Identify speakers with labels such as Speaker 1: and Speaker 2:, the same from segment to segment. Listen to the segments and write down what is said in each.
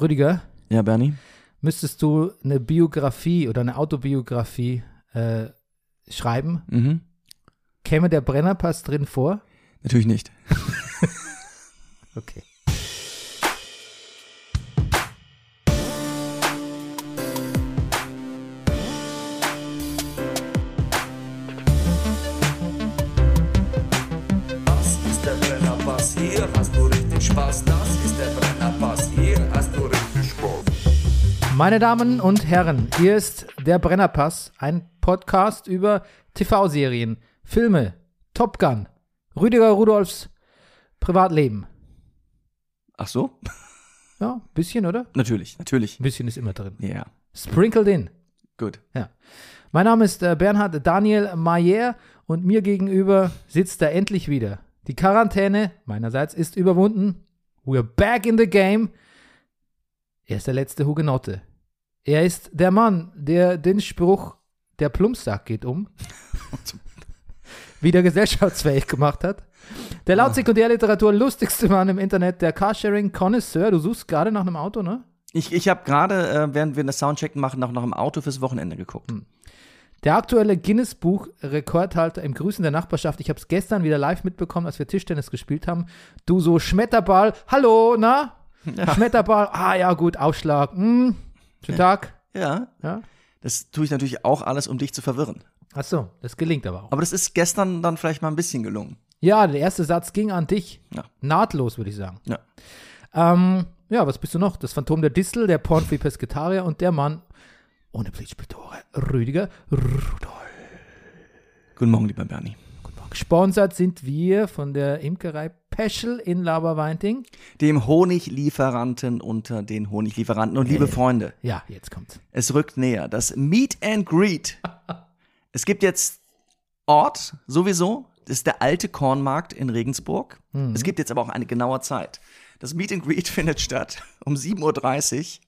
Speaker 1: Rüdiger,
Speaker 2: Ja, Bernie?
Speaker 1: müsstest du eine Biografie oder eine Autobiografie äh, schreiben?
Speaker 2: Mhm.
Speaker 1: Käme der Brennerpass drin vor?
Speaker 2: Natürlich nicht.
Speaker 1: Okay.
Speaker 3: Das ist der Brennerpass, hier hast du richtig Spaß. Das ist der Brennerpass, hier hast du richtig Spaß.
Speaker 1: Meine Damen und Herren, hier ist der Brennerpass, ein Podcast über TV-Serien, Filme, Top Gun, Rüdiger Rudolfs Privatleben.
Speaker 2: Ach so?
Speaker 1: Ja, ein bisschen, oder?
Speaker 2: Natürlich, natürlich.
Speaker 1: Ein bisschen ist immer drin.
Speaker 2: Ja,
Speaker 1: Sprinkled in.
Speaker 2: gut.
Speaker 1: Ja. Mein Name ist äh, Bernhard Daniel Mayer und mir gegenüber sitzt er endlich wieder. Die Quarantäne meinerseits ist überwunden. We're back in the game. Er ist der letzte Hugenotte. Er ist der Mann, der den Spruch, der Plumpsack geht um, wieder gesellschaftsfähig gemacht hat. Der laut Sekundärliteratur lustigste Mann im Internet, der Carsharing-Connoisseur. Du suchst gerade nach einem Auto, ne?
Speaker 2: Ich, ich habe gerade, äh, während wir das Soundchecken machen, noch nach dem Auto fürs Wochenende geguckt.
Speaker 1: Der aktuelle Guinness-Buch-Rekordhalter im Grüßen der Nachbarschaft. Ich habe es gestern wieder live mitbekommen, als wir Tischtennis gespielt haben. Du so Schmetterball. Hallo, na? Schmetterball. Ah ja, gut, Aufschlag. Hm. Schönen Tag.
Speaker 2: Ja,
Speaker 1: Ja.
Speaker 2: das tue ich natürlich auch alles, um dich zu verwirren.
Speaker 1: Ach so, das gelingt aber auch.
Speaker 2: Aber das ist gestern dann vielleicht mal ein bisschen gelungen.
Speaker 1: Ja, der erste Satz ging an dich.
Speaker 2: Ja.
Speaker 1: Nahtlos, würde ich sagen.
Speaker 2: Ja.
Speaker 1: Ähm, ja, was bist du noch? Das Phantom der Distel, der Porn für Pesketarier und der Mann ohne Bleachpiltore, Rüdiger Rudolf.
Speaker 2: Guten Morgen, lieber Bernie.
Speaker 1: Gesponsert sind wir von der Imkerei Peschel in Laberweinting.
Speaker 2: Dem Honiglieferanten unter den Honiglieferanten. Und liebe Freunde,
Speaker 1: Ja, jetzt kommt's.
Speaker 2: es rückt näher. Das Meet and Greet. es gibt jetzt Ort, sowieso. Das ist der alte Kornmarkt in Regensburg. Es gibt jetzt aber auch eine genaue Zeit. Das Meet and Greet findet statt um 7.30 Uhr,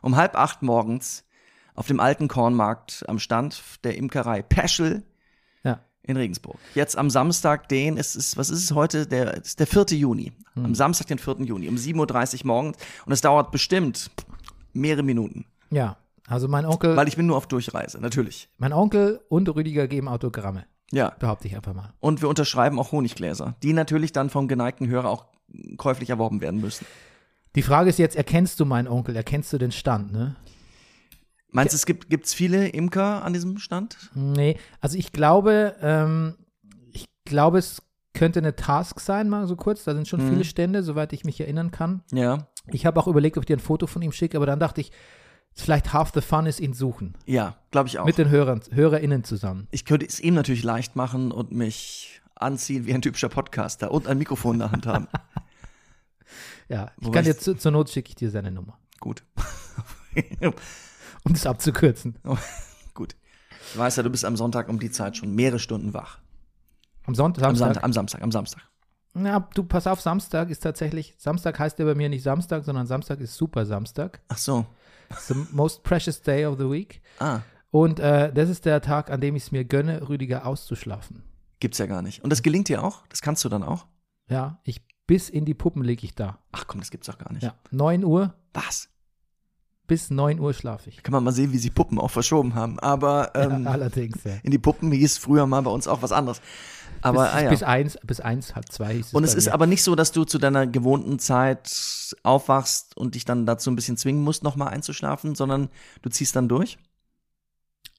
Speaker 2: um halb acht morgens auf dem alten Kornmarkt am Stand der Imkerei Peschel
Speaker 1: Ja.
Speaker 2: in Regensburg. Jetzt am Samstag, den, es ist, was ist es heute? Der, es ist der 4. Juni. Am Samstag, den 4. Juni, um 7.30 Uhr morgens. Und es dauert bestimmt mehrere Minuten.
Speaker 1: Ja. Also mein Onkel,
Speaker 2: Weil ich bin nur auf Durchreise, natürlich.
Speaker 1: mein Onkel und Rüdiger geben Autogramme,
Speaker 2: Ja.
Speaker 1: behaupte ich einfach mal.
Speaker 2: Und wir unterschreiben auch Honiggläser, die natürlich dann vom geneigten Hörer auch käuflich erworben werden müssen.
Speaker 1: Die Frage ist jetzt, erkennst du meinen Onkel, erkennst du den Stand, ne?
Speaker 2: Meinst du, es gibt gibt's viele Imker an diesem Stand?
Speaker 1: Nee, also ich glaube, ähm, ich glaube, es könnte eine Task sein, mal so kurz. Da sind
Speaker 2: Mhm.
Speaker 1: schon viele Stände, soweit ich mich erinnern kann.
Speaker 2: Ja.
Speaker 1: Ich habe auch überlegt, ob ich dir ein Foto von ihm schicke, aber dann dachte ich, vielleicht half the fun ist ihn suchen.
Speaker 2: Ja, glaube ich auch.
Speaker 1: Mit den Hörern, HörerInnen zusammen.
Speaker 2: ich könnte es ihm natürlich leicht machen und mich anziehen wie ein typischer Podcaster und ein Mikrofon in der Hand haben.
Speaker 1: Ja, ich
Speaker 2: Wobei
Speaker 1: kann dir
Speaker 2: ich-
Speaker 1: zu, zur Not schicke ich dir seine Nummer,
Speaker 2: Gut.
Speaker 1: um das abzukürzen.
Speaker 2: Gut. Ich weiß ja, du bist am Sonntag um die Zeit schon mehrere Stunden wach.
Speaker 1: Am Sonntag.
Speaker 2: Am
Speaker 1: Samstag.
Speaker 2: Sonntag, am Samstag, am Samstag.
Speaker 1: Na, du, pass auf, Samstag ist tatsächlich, Samstag heißt ja bei mir nicht Samstag, sondern Samstag ist Super Samstag.
Speaker 2: Ach so.
Speaker 1: It's the most precious day of the week.
Speaker 2: Ah,
Speaker 1: Und äh, das ist der Tag, an dem ich es mir gönne, Rüdiger auszuschlafen.
Speaker 2: gibt's ja gar nicht. Und das gelingt dir auch? Das kannst du dann auch?
Speaker 1: Ja, ich bis in die Puppen liege ich da.
Speaker 2: Ach komm, das gibt's doch gar nicht.
Speaker 1: Ja, 9 Uhr,
Speaker 2: Was?
Speaker 1: bis 9 Uhr schlafe ich.
Speaker 2: Kann man mal sehen, wie sie Puppen auch verschoben haben. Aber ähm,
Speaker 1: Allerdings, ja.
Speaker 2: in die Puppen hieß früher mal bei uns auch was anderes. Aber
Speaker 1: bis,
Speaker 2: ah, ja.
Speaker 1: bis eins, bis eins, halb zwei hieß es.
Speaker 2: Und
Speaker 1: bei
Speaker 2: es ist
Speaker 1: mir.
Speaker 2: aber nicht so, dass du zu deiner gewohnten Zeit aufwachst und dich dann dazu ein bisschen zwingen musst, nochmal einzuschlafen, sondern du ziehst dann durch.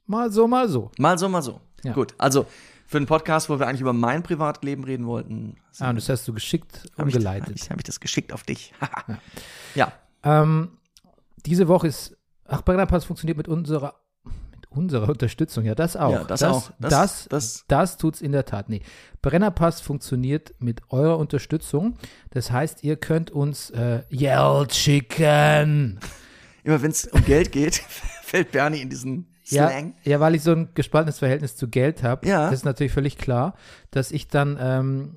Speaker 1: Mal so, mal so.
Speaker 2: Mal so, mal so.
Speaker 1: Ja.
Speaker 2: Gut, also für einen Podcast, wo wir eigentlich über mein Privatleben reden wollten,
Speaker 1: Ah, und das hast du geschickt
Speaker 2: habe ich, hab
Speaker 1: umgeleitet.
Speaker 2: ich, hab ich das geschickt auf dich. ja.
Speaker 1: Ähm, diese Woche ist, ach, Brennerpass funktioniert mit unserer, mit unserer Unterstützung. Ja, das auch.
Speaker 2: Ja, das auch. Das-
Speaker 1: Das, das,
Speaker 2: das-
Speaker 1: das, tut's in der Tat. Nee. Brennerpass funktioniert mit eurer Unterstützung. Das heißt, ihr könnt uns äh, Yell schicken.
Speaker 2: Immer wenn es um Geld geht, fällt Bernie in diesen
Speaker 1: Ja,
Speaker 2: Slang.
Speaker 1: ja, weil ich so ein gespaltenes Verhältnis zu Geld habe,
Speaker 2: Ja.
Speaker 1: das ist natürlich völlig klar, dass ich dann ähm,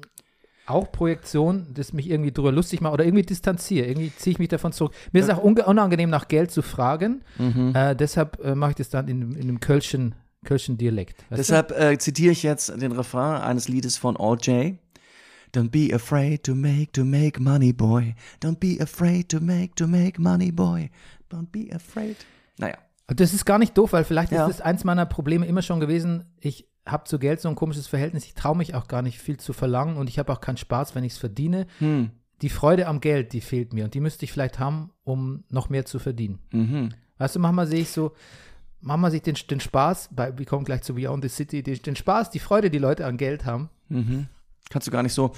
Speaker 1: auch Projektion, das mich irgendwie drüber lustig mache oder irgendwie distanziere, irgendwie ziehe ich mich davon zurück. Mir ist auch unge- unangenehm, nach Geld zu fragen,
Speaker 2: Mhm.
Speaker 1: äh, deshalb äh, mache ich das dann in, in einem Kölschen, Kölschen Dialekt. weißt
Speaker 2: Deshalb äh, zitiere ich jetzt den Refrain eines Liedes von OJ. Don't be afraid to make, to make money, boy. Don't be afraid to make, to make money, boy. Don't be afraid. Naja.
Speaker 1: Das ist gar nicht doof, weil vielleicht
Speaker 2: Ja.
Speaker 1: ist das eins meiner Probleme immer schon gewesen. Ich habe zu Geld so ein komisches Verhältnis. Ich traue mich auch gar nicht viel zu verlangen und ich habe auch keinen Spaß, wenn ich es verdiene. Die Freude am Geld, die fehlt mir und die müsste ich vielleicht haben, um noch mehr zu verdienen. Weißt du, manchmal sehe ich so, manchmal sehe ich den, den Spaß, bei, wir kommen gleich zu Beyond the City, den, den Spaß, die Freude, die Leute an Geld haben.
Speaker 2: Kannst du gar nicht so.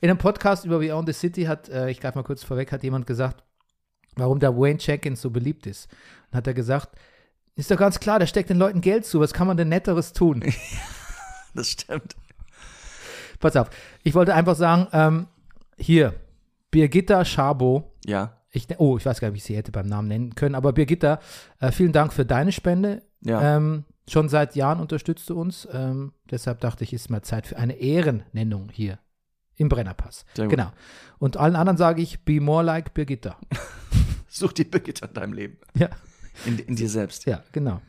Speaker 1: In einem Podcast über Beyond the City hat, äh, ich greife mal kurz vorweg, hat jemand gesagt, warum der Wayne Jenkins so beliebt ist. Und hat er gesagt, ist doch ganz klar, der steckt den Leuten Geld zu, was kann man denn Netteres tun?
Speaker 2: Das stimmt.
Speaker 1: Pass auf, ich wollte einfach sagen, ähm, hier, Birgitta Schabo,
Speaker 2: Ja.
Speaker 1: ich, ne- oh, ich weiß gar nicht, ob ich sie hätte beim Namen nennen können, aber Birgitta, äh, vielen Dank für deine Spende.
Speaker 2: Ja.
Speaker 1: Ähm, schon seit Jahren unterstützt du uns. Ähm, deshalb dachte ich, ist mal Zeit für eine Ehrennennung hier im Brennerpass.
Speaker 2: Sehr gut.
Speaker 1: Genau. Und allen anderen sage ich, be more like Birgitta.
Speaker 2: Such die Birgit an deinem Leben.
Speaker 1: ja,
Speaker 2: In, in dir selbst.
Speaker 1: ja, genau.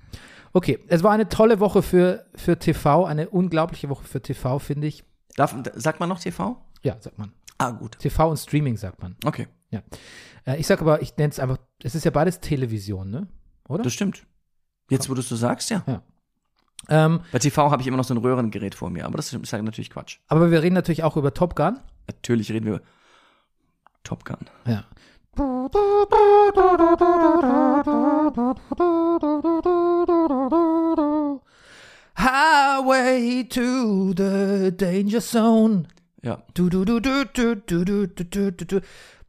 Speaker 1: Okay, es war eine tolle Woche für, für TV, eine unglaubliche Woche für TV, finde ich.
Speaker 2: Darf, sagt man noch TV?
Speaker 1: Ja, sagt man.
Speaker 2: Ah, gut.
Speaker 1: TV und Streaming, sagt man.
Speaker 2: Okay.
Speaker 1: Äh, ich sage aber, ich nenne es einfach, es ist ja beides Television, ne? Oder?
Speaker 2: Das stimmt. Jetzt, wo du es so sagst, ja.
Speaker 1: Ähm,
Speaker 2: Bei TV habe ich immer noch so ein Röhrengerät vor mir, aber das ist ja natürlich Quatsch.
Speaker 1: aber wir reden natürlich auch über Top Gun.
Speaker 2: Natürlich reden wir über Top Gun.
Speaker 1: Ja. Highway to the danger zone.
Speaker 2: Ja.
Speaker 1: Du, du, du, du, du, du, du, du, du, du, du.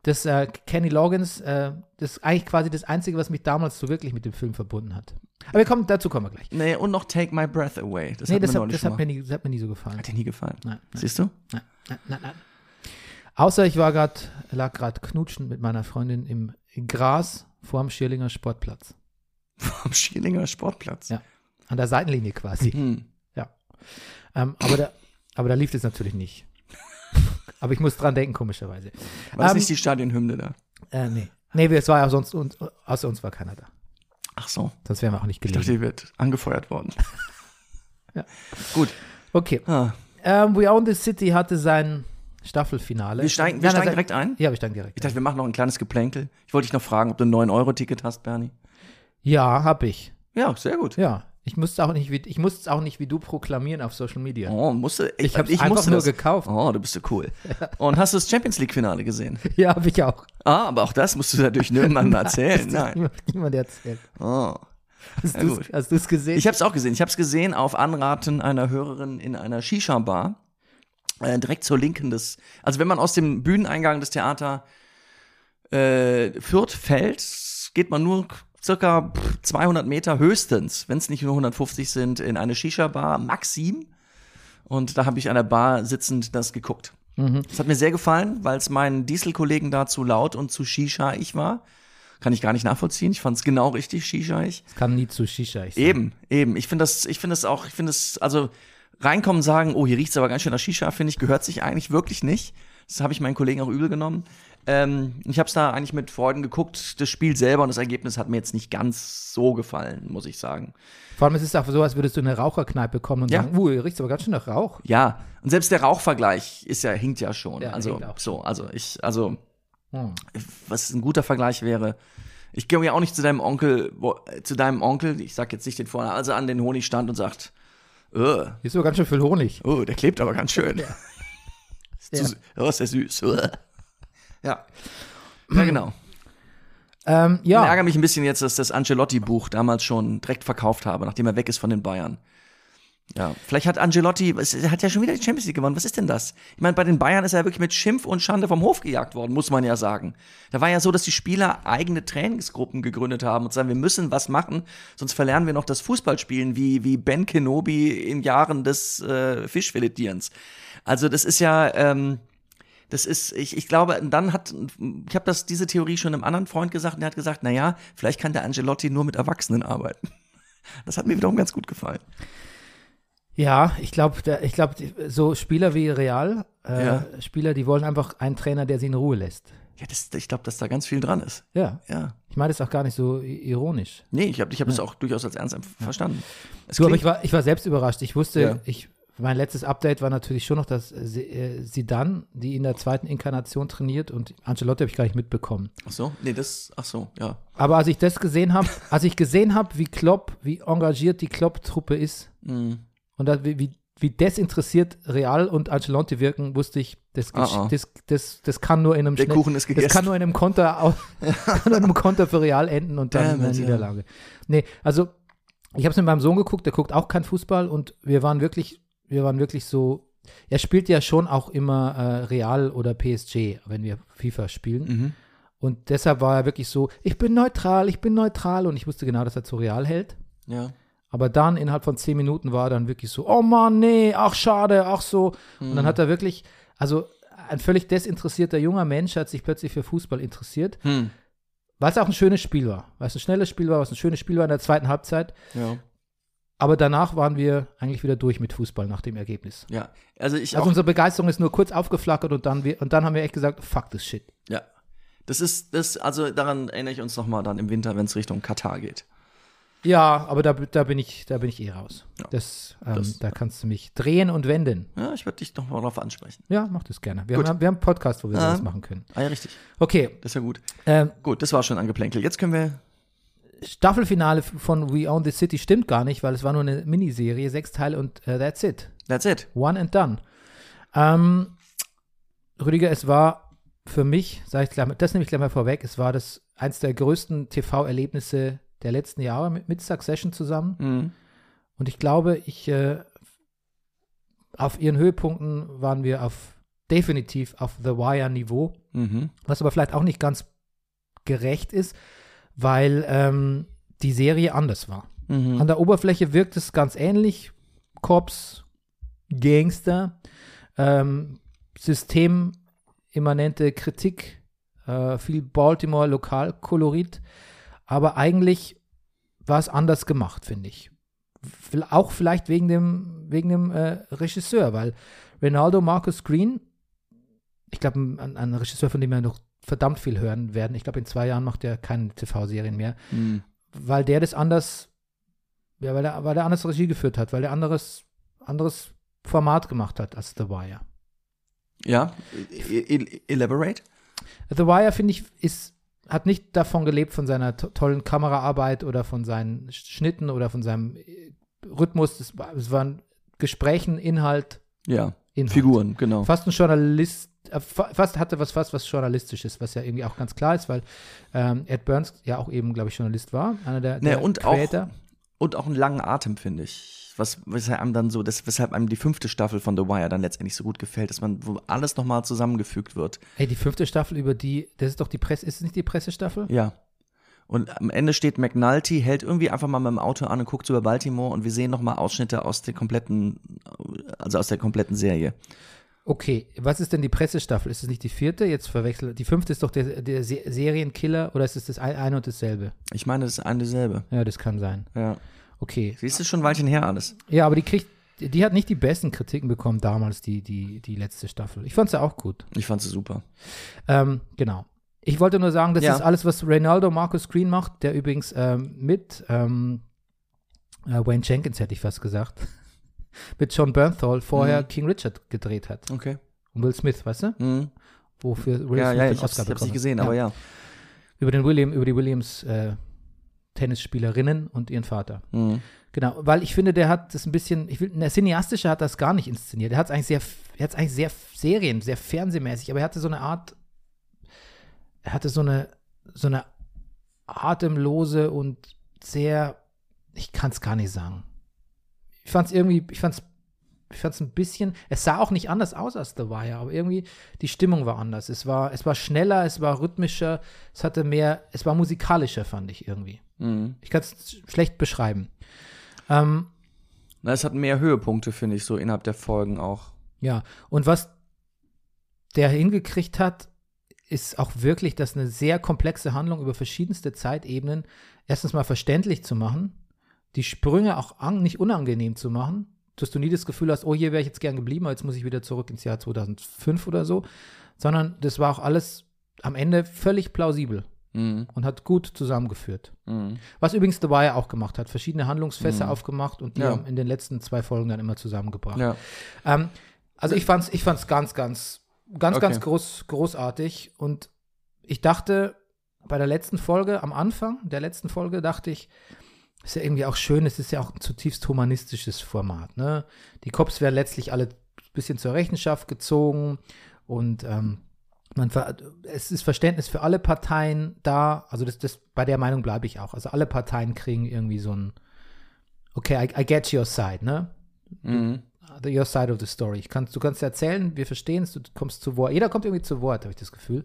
Speaker 1: Das äh, Kenny Loggins, äh, das ist eigentlich quasi das Einzige, was mich damals so wirklich mit dem Film verbunden hat. Aber wir kommen, dazu kommen wir gleich.
Speaker 2: Nee, und noch Take My Breath Away. Das
Speaker 1: Nee,
Speaker 2: hat
Speaker 1: das
Speaker 2: mir
Speaker 1: hat,
Speaker 2: neulich
Speaker 1: das
Speaker 2: schon
Speaker 1: hat, mir
Speaker 2: mal.
Speaker 1: nie, das hat mir nie so gefallen.
Speaker 2: Hat dir nie gefallen.
Speaker 1: Nein, nein.
Speaker 2: Siehst du?
Speaker 1: Nein, nein, nein. Außer ich war grad, lag gerade knutschen mit meiner Freundin im Gras vorm Schirlinger Sportplatz.
Speaker 2: Am Schielinger Sportplatz.
Speaker 1: Ja. An der Seitenlinie quasi.
Speaker 2: Hm.
Speaker 1: ähm, aber, da, aber da lief es natürlich nicht. aber ich muss dran denken, komischerweise.
Speaker 2: War das
Speaker 1: Ähm,
Speaker 2: nicht die Stadionhymne da?
Speaker 1: Äh, nee. Nee, wir- es war ja sonst, uns, außer uns war keiner da.
Speaker 2: Ach so.
Speaker 1: Sonst wären wir auch nicht
Speaker 2: Ich dachte,
Speaker 1: gelegen.
Speaker 2: die wird angefeuert worden.
Speaker 1: Ja.
Speaker 2: Gut.
Speaker 1: Okay.
Speaker 2: Ah,
Speaker 1: Ähm, We Own the City hatte sein Staffelfinale.
Speaker 2: wir steigen, wir
Speaker 1: Nein, nein,
Speaker 2: steigen
Speaker 1: sein-
Speaker 2: direkt ein.
Speaker 1: Äh, Ja, wir steigen direkt. ein.
Speaker 2: Ich dachte, wir machen noch ein kleines Geplänkel. Ich wollte dich noch fragen, ob du ein 9-Euro-Ticket hast, Bernie.
Speaker 1: Ja, hab ich.
Speaker 2: Ja, sehr gut.
Speaker 1: Ja. Ich musste auch nicht wie, ich musste es auch nicht wie du proklamieren auf Social Media.
Speaker 2: Oh, musste, ich,
Speaker 1: Ich hab's einfach
Speaker 2: musste
Speaker 1: nur
Speaker 2: das.
Speaker 1: gekauft.
Speaker 2: Oh, du bist so cool. Und hast du das Champions League-Finale gesehen?
Speaker 1: Ja, hab ich auch.
Speaker 2: Ah, aber auch das musst du natürlich niemandem erzählen. Nein.
Speaker 1: Niemand, niemand erzählt.
Speaker 2: Oh.
Speaker 1: Hast
Speaker 2: Ja,
Speaker 1: du's-
Speaker 2: gut.
Speaker 1: hast du es gesehen?
Speaker 2: Ich habe es auch gesehen. Ich habe es gesehen auf Anraten einer Hörerin in einer Shisha-Bar. Äh, direkt zur Linken des. Also, wenn man aus dem Bühneneingang des Theater äh, Fürth fällt, geht man nur circa pff, 200 Meter höchstens, wenn es nicht nur 150 sind, in eine Shisha-Bar Maxim. Und da habe ich an der Bar sitzend das geguckt. Das hat mir sehr gefallen, weil es meinen Dieselkollegen da zu laut und zu Shisha-ich war. Kann ich gar nicht nachvollziehen. Ich fand es genau richtig, Shisha-ich.
Speaker 1: Es kann nie zu Shisha. Ich sag.
Speaker 2: Eben, eben. Ich finde das, ich finde das auch, ich finde das, also reinkommen sagen, oh, hier riecht's aber ganz schön nach Shisha, finde ich, gehört sich eigentlich wirklich nicht. Das habe ich meinen Kollegen auch übel genommen. Ähm, ich habe es da eigentlich mit Freuden geguckt. Das Spiel selber und das Ergebnis hat mir jetzt nicht ganz so gefallen, muss ich sagen.
Speaker 1: Vor allem es ist es auch so, als würdest du in eine Raucherkneipe kommen und
Speaker 2: Ja.
Speaker 1: sagen, uh, hier riecht aber ganz schön nach Rauch.
Speaker 2: Ja, und selbst der Rauchvergleich ist ja hinkt ja schon.
Speaker 1: Ja,
Speaker 2: also
Speaker 1: hinkt auch.
Speaker 2: so, also ich, also
Speaker 1: Hm.
Speaker 2: was ein guter Vergleich wäre. Ich gehe ja auch nicht zu deinem Onkel, wo, äh, zu deinem Onkel, ich sag jetzt nicht den Vornamen, also an den Honigstand und sagt, äh,
Speaker 1: Hier ist aber ganz schön viel Honig.
Speaker 2: Oh, der klebt aber ganz schön. Ist zu, Oh, ist der süß. Uah. Ja. Ja, genau.
Speaker 1: Ähm,
Speaker 2: Ich
Speaker 1: ja,
Speaker 2: ärgere mich ein bisschen jetzt, dass das Ancelotti-Buch damals schon direkt verkauft habe, nachdem er weg ist von den Bayern. Ja, vielleicht hat Ancelotti, was- er hat ja schon wieder die Champions League gewonnen. Was ist denn das? Ich meine, bei den Bayern ist er wirklich mit Schimpf und Schande vom Hof gejagt worden, muss man ja sagen. Da war ja so, dass die Spieler eigene Trainingsgruppen gegründet haben und sagen, wir müssen was machen, sonst verlernen wir noch das Fußballspielen wie, wie Ben Kenobi in Jahren des äh, Fischfiletierens. Also das ist ja, ähm, das ist, ich, ich glaube, dann hat, ich habe das diese Theorie schon einem anderen Freund gesagt und der hat gesagt, na ja, vielleicht kann der Angelotti nur mit Erwachsenen arbeiten. Das hat mir wiederum ganz gut gefallen.
Speaker 1: ja, ich glaube, ich glaub, die- so Spieler wie Real, äh,
Speaker 2: Ja.
Speaker 1: Spieler, die wollen einfach einen Trainer, der sie in Ruhe lässt.
Speaker 2: Ja, das, ich glaube, dass da ganz viel dran ist.
Speaker 1: Ja,
Speaker 2: Ja.
Speaker 1: ich meine das auch gar nicht so i- ironisch.
Speaker 2: Nee, ich habe ich hab das auch durchaus als ernst verstanden. Es
Speaker 1: Du, aber
Speaker 2: klingt-
Speaker 1: ich war, ich war selbst überrascht. Ich wusste,
Speaker 2: Ja.
Speaker 1: ich Mein letztes Update war natürlich schon noch, dass Sidan, die in der zweiten Inkarnation trainiert und Ancelotti habe ich gar nicht mitbekommen.
Speaker 2: Ach so? Nee, das, ach so, ja.
Speaker 1: Aber als ich das gesehen habe, als ich gesehen habe, wie Klopp, wie engagiert die Klopp-Truppe ist
Speaker 2: Mhm.
Speaker 1: und da- wie, wie, wie desinteressiert Real und Ancelotti wirken, wusste ich, das, gesch-
Speaker 2: Ah, ah.
Speaker 1: das, das, das kann nur in einem
Speaker 2: Der
Speaker 1: schnell-
Speaker 2: Kuchen ist gegessen.
Speaker 1: Das kann nur in einem Konter, au- kann nur in einem Konter für Real enden und dann
Speaker 2: Damn
Speaker 1: eine
Speaker 2: it, ja.
Speaker 1: Niederlage. Nee, also ich habe es mit meinem Sohn geguckt, der guckt auch kein Fußball und wir waren wirklich, wir waren wirklich so. Er spielt ja schon auch immer äh, Real oder PSG, wenn wir FIFA spielen.
Speaker 2: Mhm.
Speaker 1: Und deshalb war er wirklich so, ich bin neutral, ich bin neutral. Und ich wusste genau, dass er zu Real hält.
Speaker 2: Ja.
Speaker 1: Aber dann innerhalb von zehn Minuten war er dann wirklich so, oh Mann, nee, ach schade, ach so. Und
Speaker 2: Mhm.
Speaker 1: dann hat er wirklich, also ein völlig desinteressierter junger Mensch hat sich plötzlich für Fußball interessiert,
Speaker 2: Hm.
Speaker 1: weil es auch ein schönes Spiel war, weil es ein schnelles Spiel war, was ein schönes Spiel war in der zweiten Halbzeit.
Speaker 2: Ja.
Speaker 1: Aber danach waren wir eigentlich wieder durch mit Fußball nach dem Ergebnis.
Speaker 2: Ja. Also ich
Speaker 1: Also
Speaker 2: auch.
Speaker 1: unsere Begeisterung ist nur kurz aufgeflackert und dann, wir, und dann haben wir echt gesagt, fuck this shit.
Speaker 2: Ja. Das ist, das, also daran erinnere ich uns nochmal dann im Winter, wenn es Richtung Katar geht.
Speaker 1: Ja, aber da, da, bin, ich, da bin ich eh raus.
Speaker 2: Ja.
Speaker 1: Das, ähm,
Speaker 2: Das-
Speaker 1: da kannst du mich drehen und wenden.
Speaker 2: Ja, ich würde dich nochmal drauf ansprechen.
Speaker 1: Ja, mach das gerne. Wir,
Speaker 2: Gut.
Speaker 1: haben, wir haben einen Podcast, wo wir
Speaker 2: Ah.
Speaker 1: sowas machen können.
Speaker 2: Ah ja, richtig.
Speaker 1: Okay,
Speaker 2: Das ist ja gut.
Speaker 1: ähm,
Speaker 2: Gut, das war schon angeplänkel. Jetzt können wir.
Speaker 1: Staffelfinale von We Own the City stimmt gar nicht, weil es war nur eine Miniserie, sechs Teile und äh, that's it.
Speaker 2: That's it.
Speaker 1: One and done. Ähm, Rüdiger, es war für mich, sag ich gleich, mal- das nehme ich gleich mal vorweg, es war das eins der größten TV-Erlebnisse der letzten Jahre mit, mit Succession zusammen.
Speaker 2: Mhm.
Speaker 1: Und ich glaube, ich äh, auf ihren Höhepunkten waren wir auf definitiv auf The Wire Niveau,
Speaker 2: Mhm.
Speaker 1: was aber vielleicht auch nicht ganz gerecht ist, weil ähm, die Serie anders war.
Speaker 2: Mhm.
Speaker 1: An der Oberfläche wirkt es ganz ähnlich. Cops, Gangster, ähm, systemimmanente Kritik, äh, viel Baltimore-Lokalkolorit. Aber eigentlich war es anders gemacht, finde ich. V- Auch vielleicht wegen dem, wegen dem äh, Regisseur, weil Ronaldo Marcus Green, ich glaube, ein, ein Regisseur, von dem wir noch verdammt viel hören werden. Ich glaube, in zwei Jahren macht er keine TV-Serien mehr
Speaker 2: Mhm.
Speaker 1: weil der das anders, ja, weil der, weil der anders Regie geführt hat, weil der anderes, anderes Format gemacht hat als The Wire.
Speaker 2: Ja, e- e- elaborate.
Speaker 1: The Wire, finde ich, ist, hat nicht davon gelebt, von seiner to tollen Kameraarbeit oder von seinen Schnitten oder von seinem äh, Rhythmus. Es, war- es waren Gesprächen, Inhalt,
Speaker 2: Ja,
Speaker 1: Inhalt.
Speaker 2: Figuren, genau.
Speaker 1: Fast ein Journalist, äh, fa- fast hatte was fast was Journalistisches, was ja irgendwie auch ganz klar ist, weil ähm, Ed Burns ja auch eben, glaube ich, Journalist war, einer der,
Speaker 2: Ne,
Speaker 1: der
Speaker 2: und auch-
Speaker 1: Creator.
Speaker 2: Und auch einen langen Atem, finde ich. Was, weshalb einem dann so, das, weshalb einem die fünfte Staffel von The Wire dann letztendlich so gut gefällt, dass man, wo alles nochmal zusammengefügt wird.
Speaker 1: Ey, die fünfte Staffel über die, das ist doch die Presse, ist es nicht die Pressestaffel?
Speaker 2: Ja. Und am Ende steht McNulty, hält irgendwie einfach mal mit dem Auto an und guckt über Baltimore und wir sehen nochmal Ausschnitte aus der kompletten, also aus der kompletten Serie.
Speaker 1: Okay, was ist denn die Pressestaffel? Ist es nicht die vierte? Jetzt verwechsel. Die fünfte ist doch der, der Se Serienkiller oder ist es das ein- eine und dasselbe?
Speaker 2: Ich meine, das ist eine dieselbe.
Speaker 1: Ja, das kann sein.
Speaker 2: Ja.
Speaker 1: Okay.
Speaker 2: Siehst du schon ein Weilchen her alles?
Speaker 1: Ja, aber die kriegt, die hat nicht die besten Kritiken bekommen damals, die, die, die letzte Staffel. Ich fand sie auch gut.
Speaker 2: Ich fand sie super.
Speaker 1: Ähm, genau. Ich wollte nur sagen, das
Speaker 2: Ja.
Speaker 1: ist alles, was Ronaldo Marcus Green macht, der übrigens ähm, mit ähm, äh, Wayne Jenkins, hätte ich fast gesagt, mit John Bernthal vorher
Speaker 2: Mhm.
Speaker 1: King Richard gedreht hat.
Speaker 2: Okay.
Speaker 1: Und Will Smith, weißt du?
Speaker 2: Mhm.
Speaker 1: Wofür Will
Speaker 2: Ja,
Speaker 1: Smith
Speaker 2: ja,
Speaker 1: den
Speaker 2: ich hab's, ich hab's
Speaker 1: bekommen
Speaker 2: nicht
Speaker 1: hat.
Speaker 2: gesehen,
Speaker 1: Ja.
Speaker 2: aber ja.
Speaker 1: Über den William, über die Williams äh, Tennisspielerinnen und ihren Vater.
Speaker 2: Mhm.
Speaker 1: Genau, weil ich finde, der hat das ein bisschen, ich will, der cineastische hat das gar nicht inszeniert. Er hat es eigentlich sehr, er hat's eigentlich sehr Serien, sehr fernsehmäßig, aber er hatte so eine Art, er hatte so eine, so eine atemlose und sehr, ich kann es gar nicht sagen. Ich fand es irgendwie, ich fand es ich fand es ein bisschen, es sah auch nicht anders aus als The Wire, aber irgendwie die Stimmung war anders. Es war, es war schneller, es war rhythmischer, es hatte mehr, es war musikalischer, fand ich irgendwie.
Speaker 2: Mhm.
Speaker 1: Ich kann es schlecht beschreiben. Ähm,
Speaker 2: Na, es hat mehr Höhepunkte, finde ich, so innerhalb der Folgen auch.
Speaker 1: ja, und was der hingekriegt hat, ist auch wirklich, dass eine sehr komplexe Handlung über verschiedenste Zeitebenen erstens mal verständlich zu machen, die Sprünge auch an, nicht unangenehm zu machen, dass du nie das Gefühl hast, oh, hier wäre ich jetzt gern geblieben, aber jetzt muss ich wieder zurück ins Jahr 2005 oder so, sondern das war auch alles am Ende völlig plausibel.
Speaker 2: Hm.
Speaker 1: und hat gut zusammengeführt. Was übrigens The Wire auch gemacht hat, verschiedene Handlungsfässer aufgemacht und die
Speaker 2: Ja.
Speaker 1: haben in den letzten zwei Folgen dann immer zusammengebracht.
Speaker 2: Ja.
Speaker 1: Ähm, also ich fand's, ich fand's ganz, ganz, ganz,
Speaker 2: Okay.
Speaker 1: ganz groß, großartig. Und ich dachte, bei der letzten Folge, am Anfang der letzten Folge, dachte ich, ist ja irgendwie auch schön, es ist ja auch ein zutiefst humanistisches Format. Ne? Die Cops werden letztlich alle ein bisschen zur Rechenschaft gezogen und ähm, man ver es ist Verständnis für alle Parteien da. Also das, das bei der Meinung bleibe ich auch. Also alle Parteien kriegen irgendwie so ein Okay, I, I get your side, ne?
Speaker 2: Mhm.
Speaker 1: the, your side of the story. Ich kannst, du kannst erzählen, wir verstehen es, du kommst zu Wort. Jeder kommt irgendwie zu Wort, habe ich das Gefühl.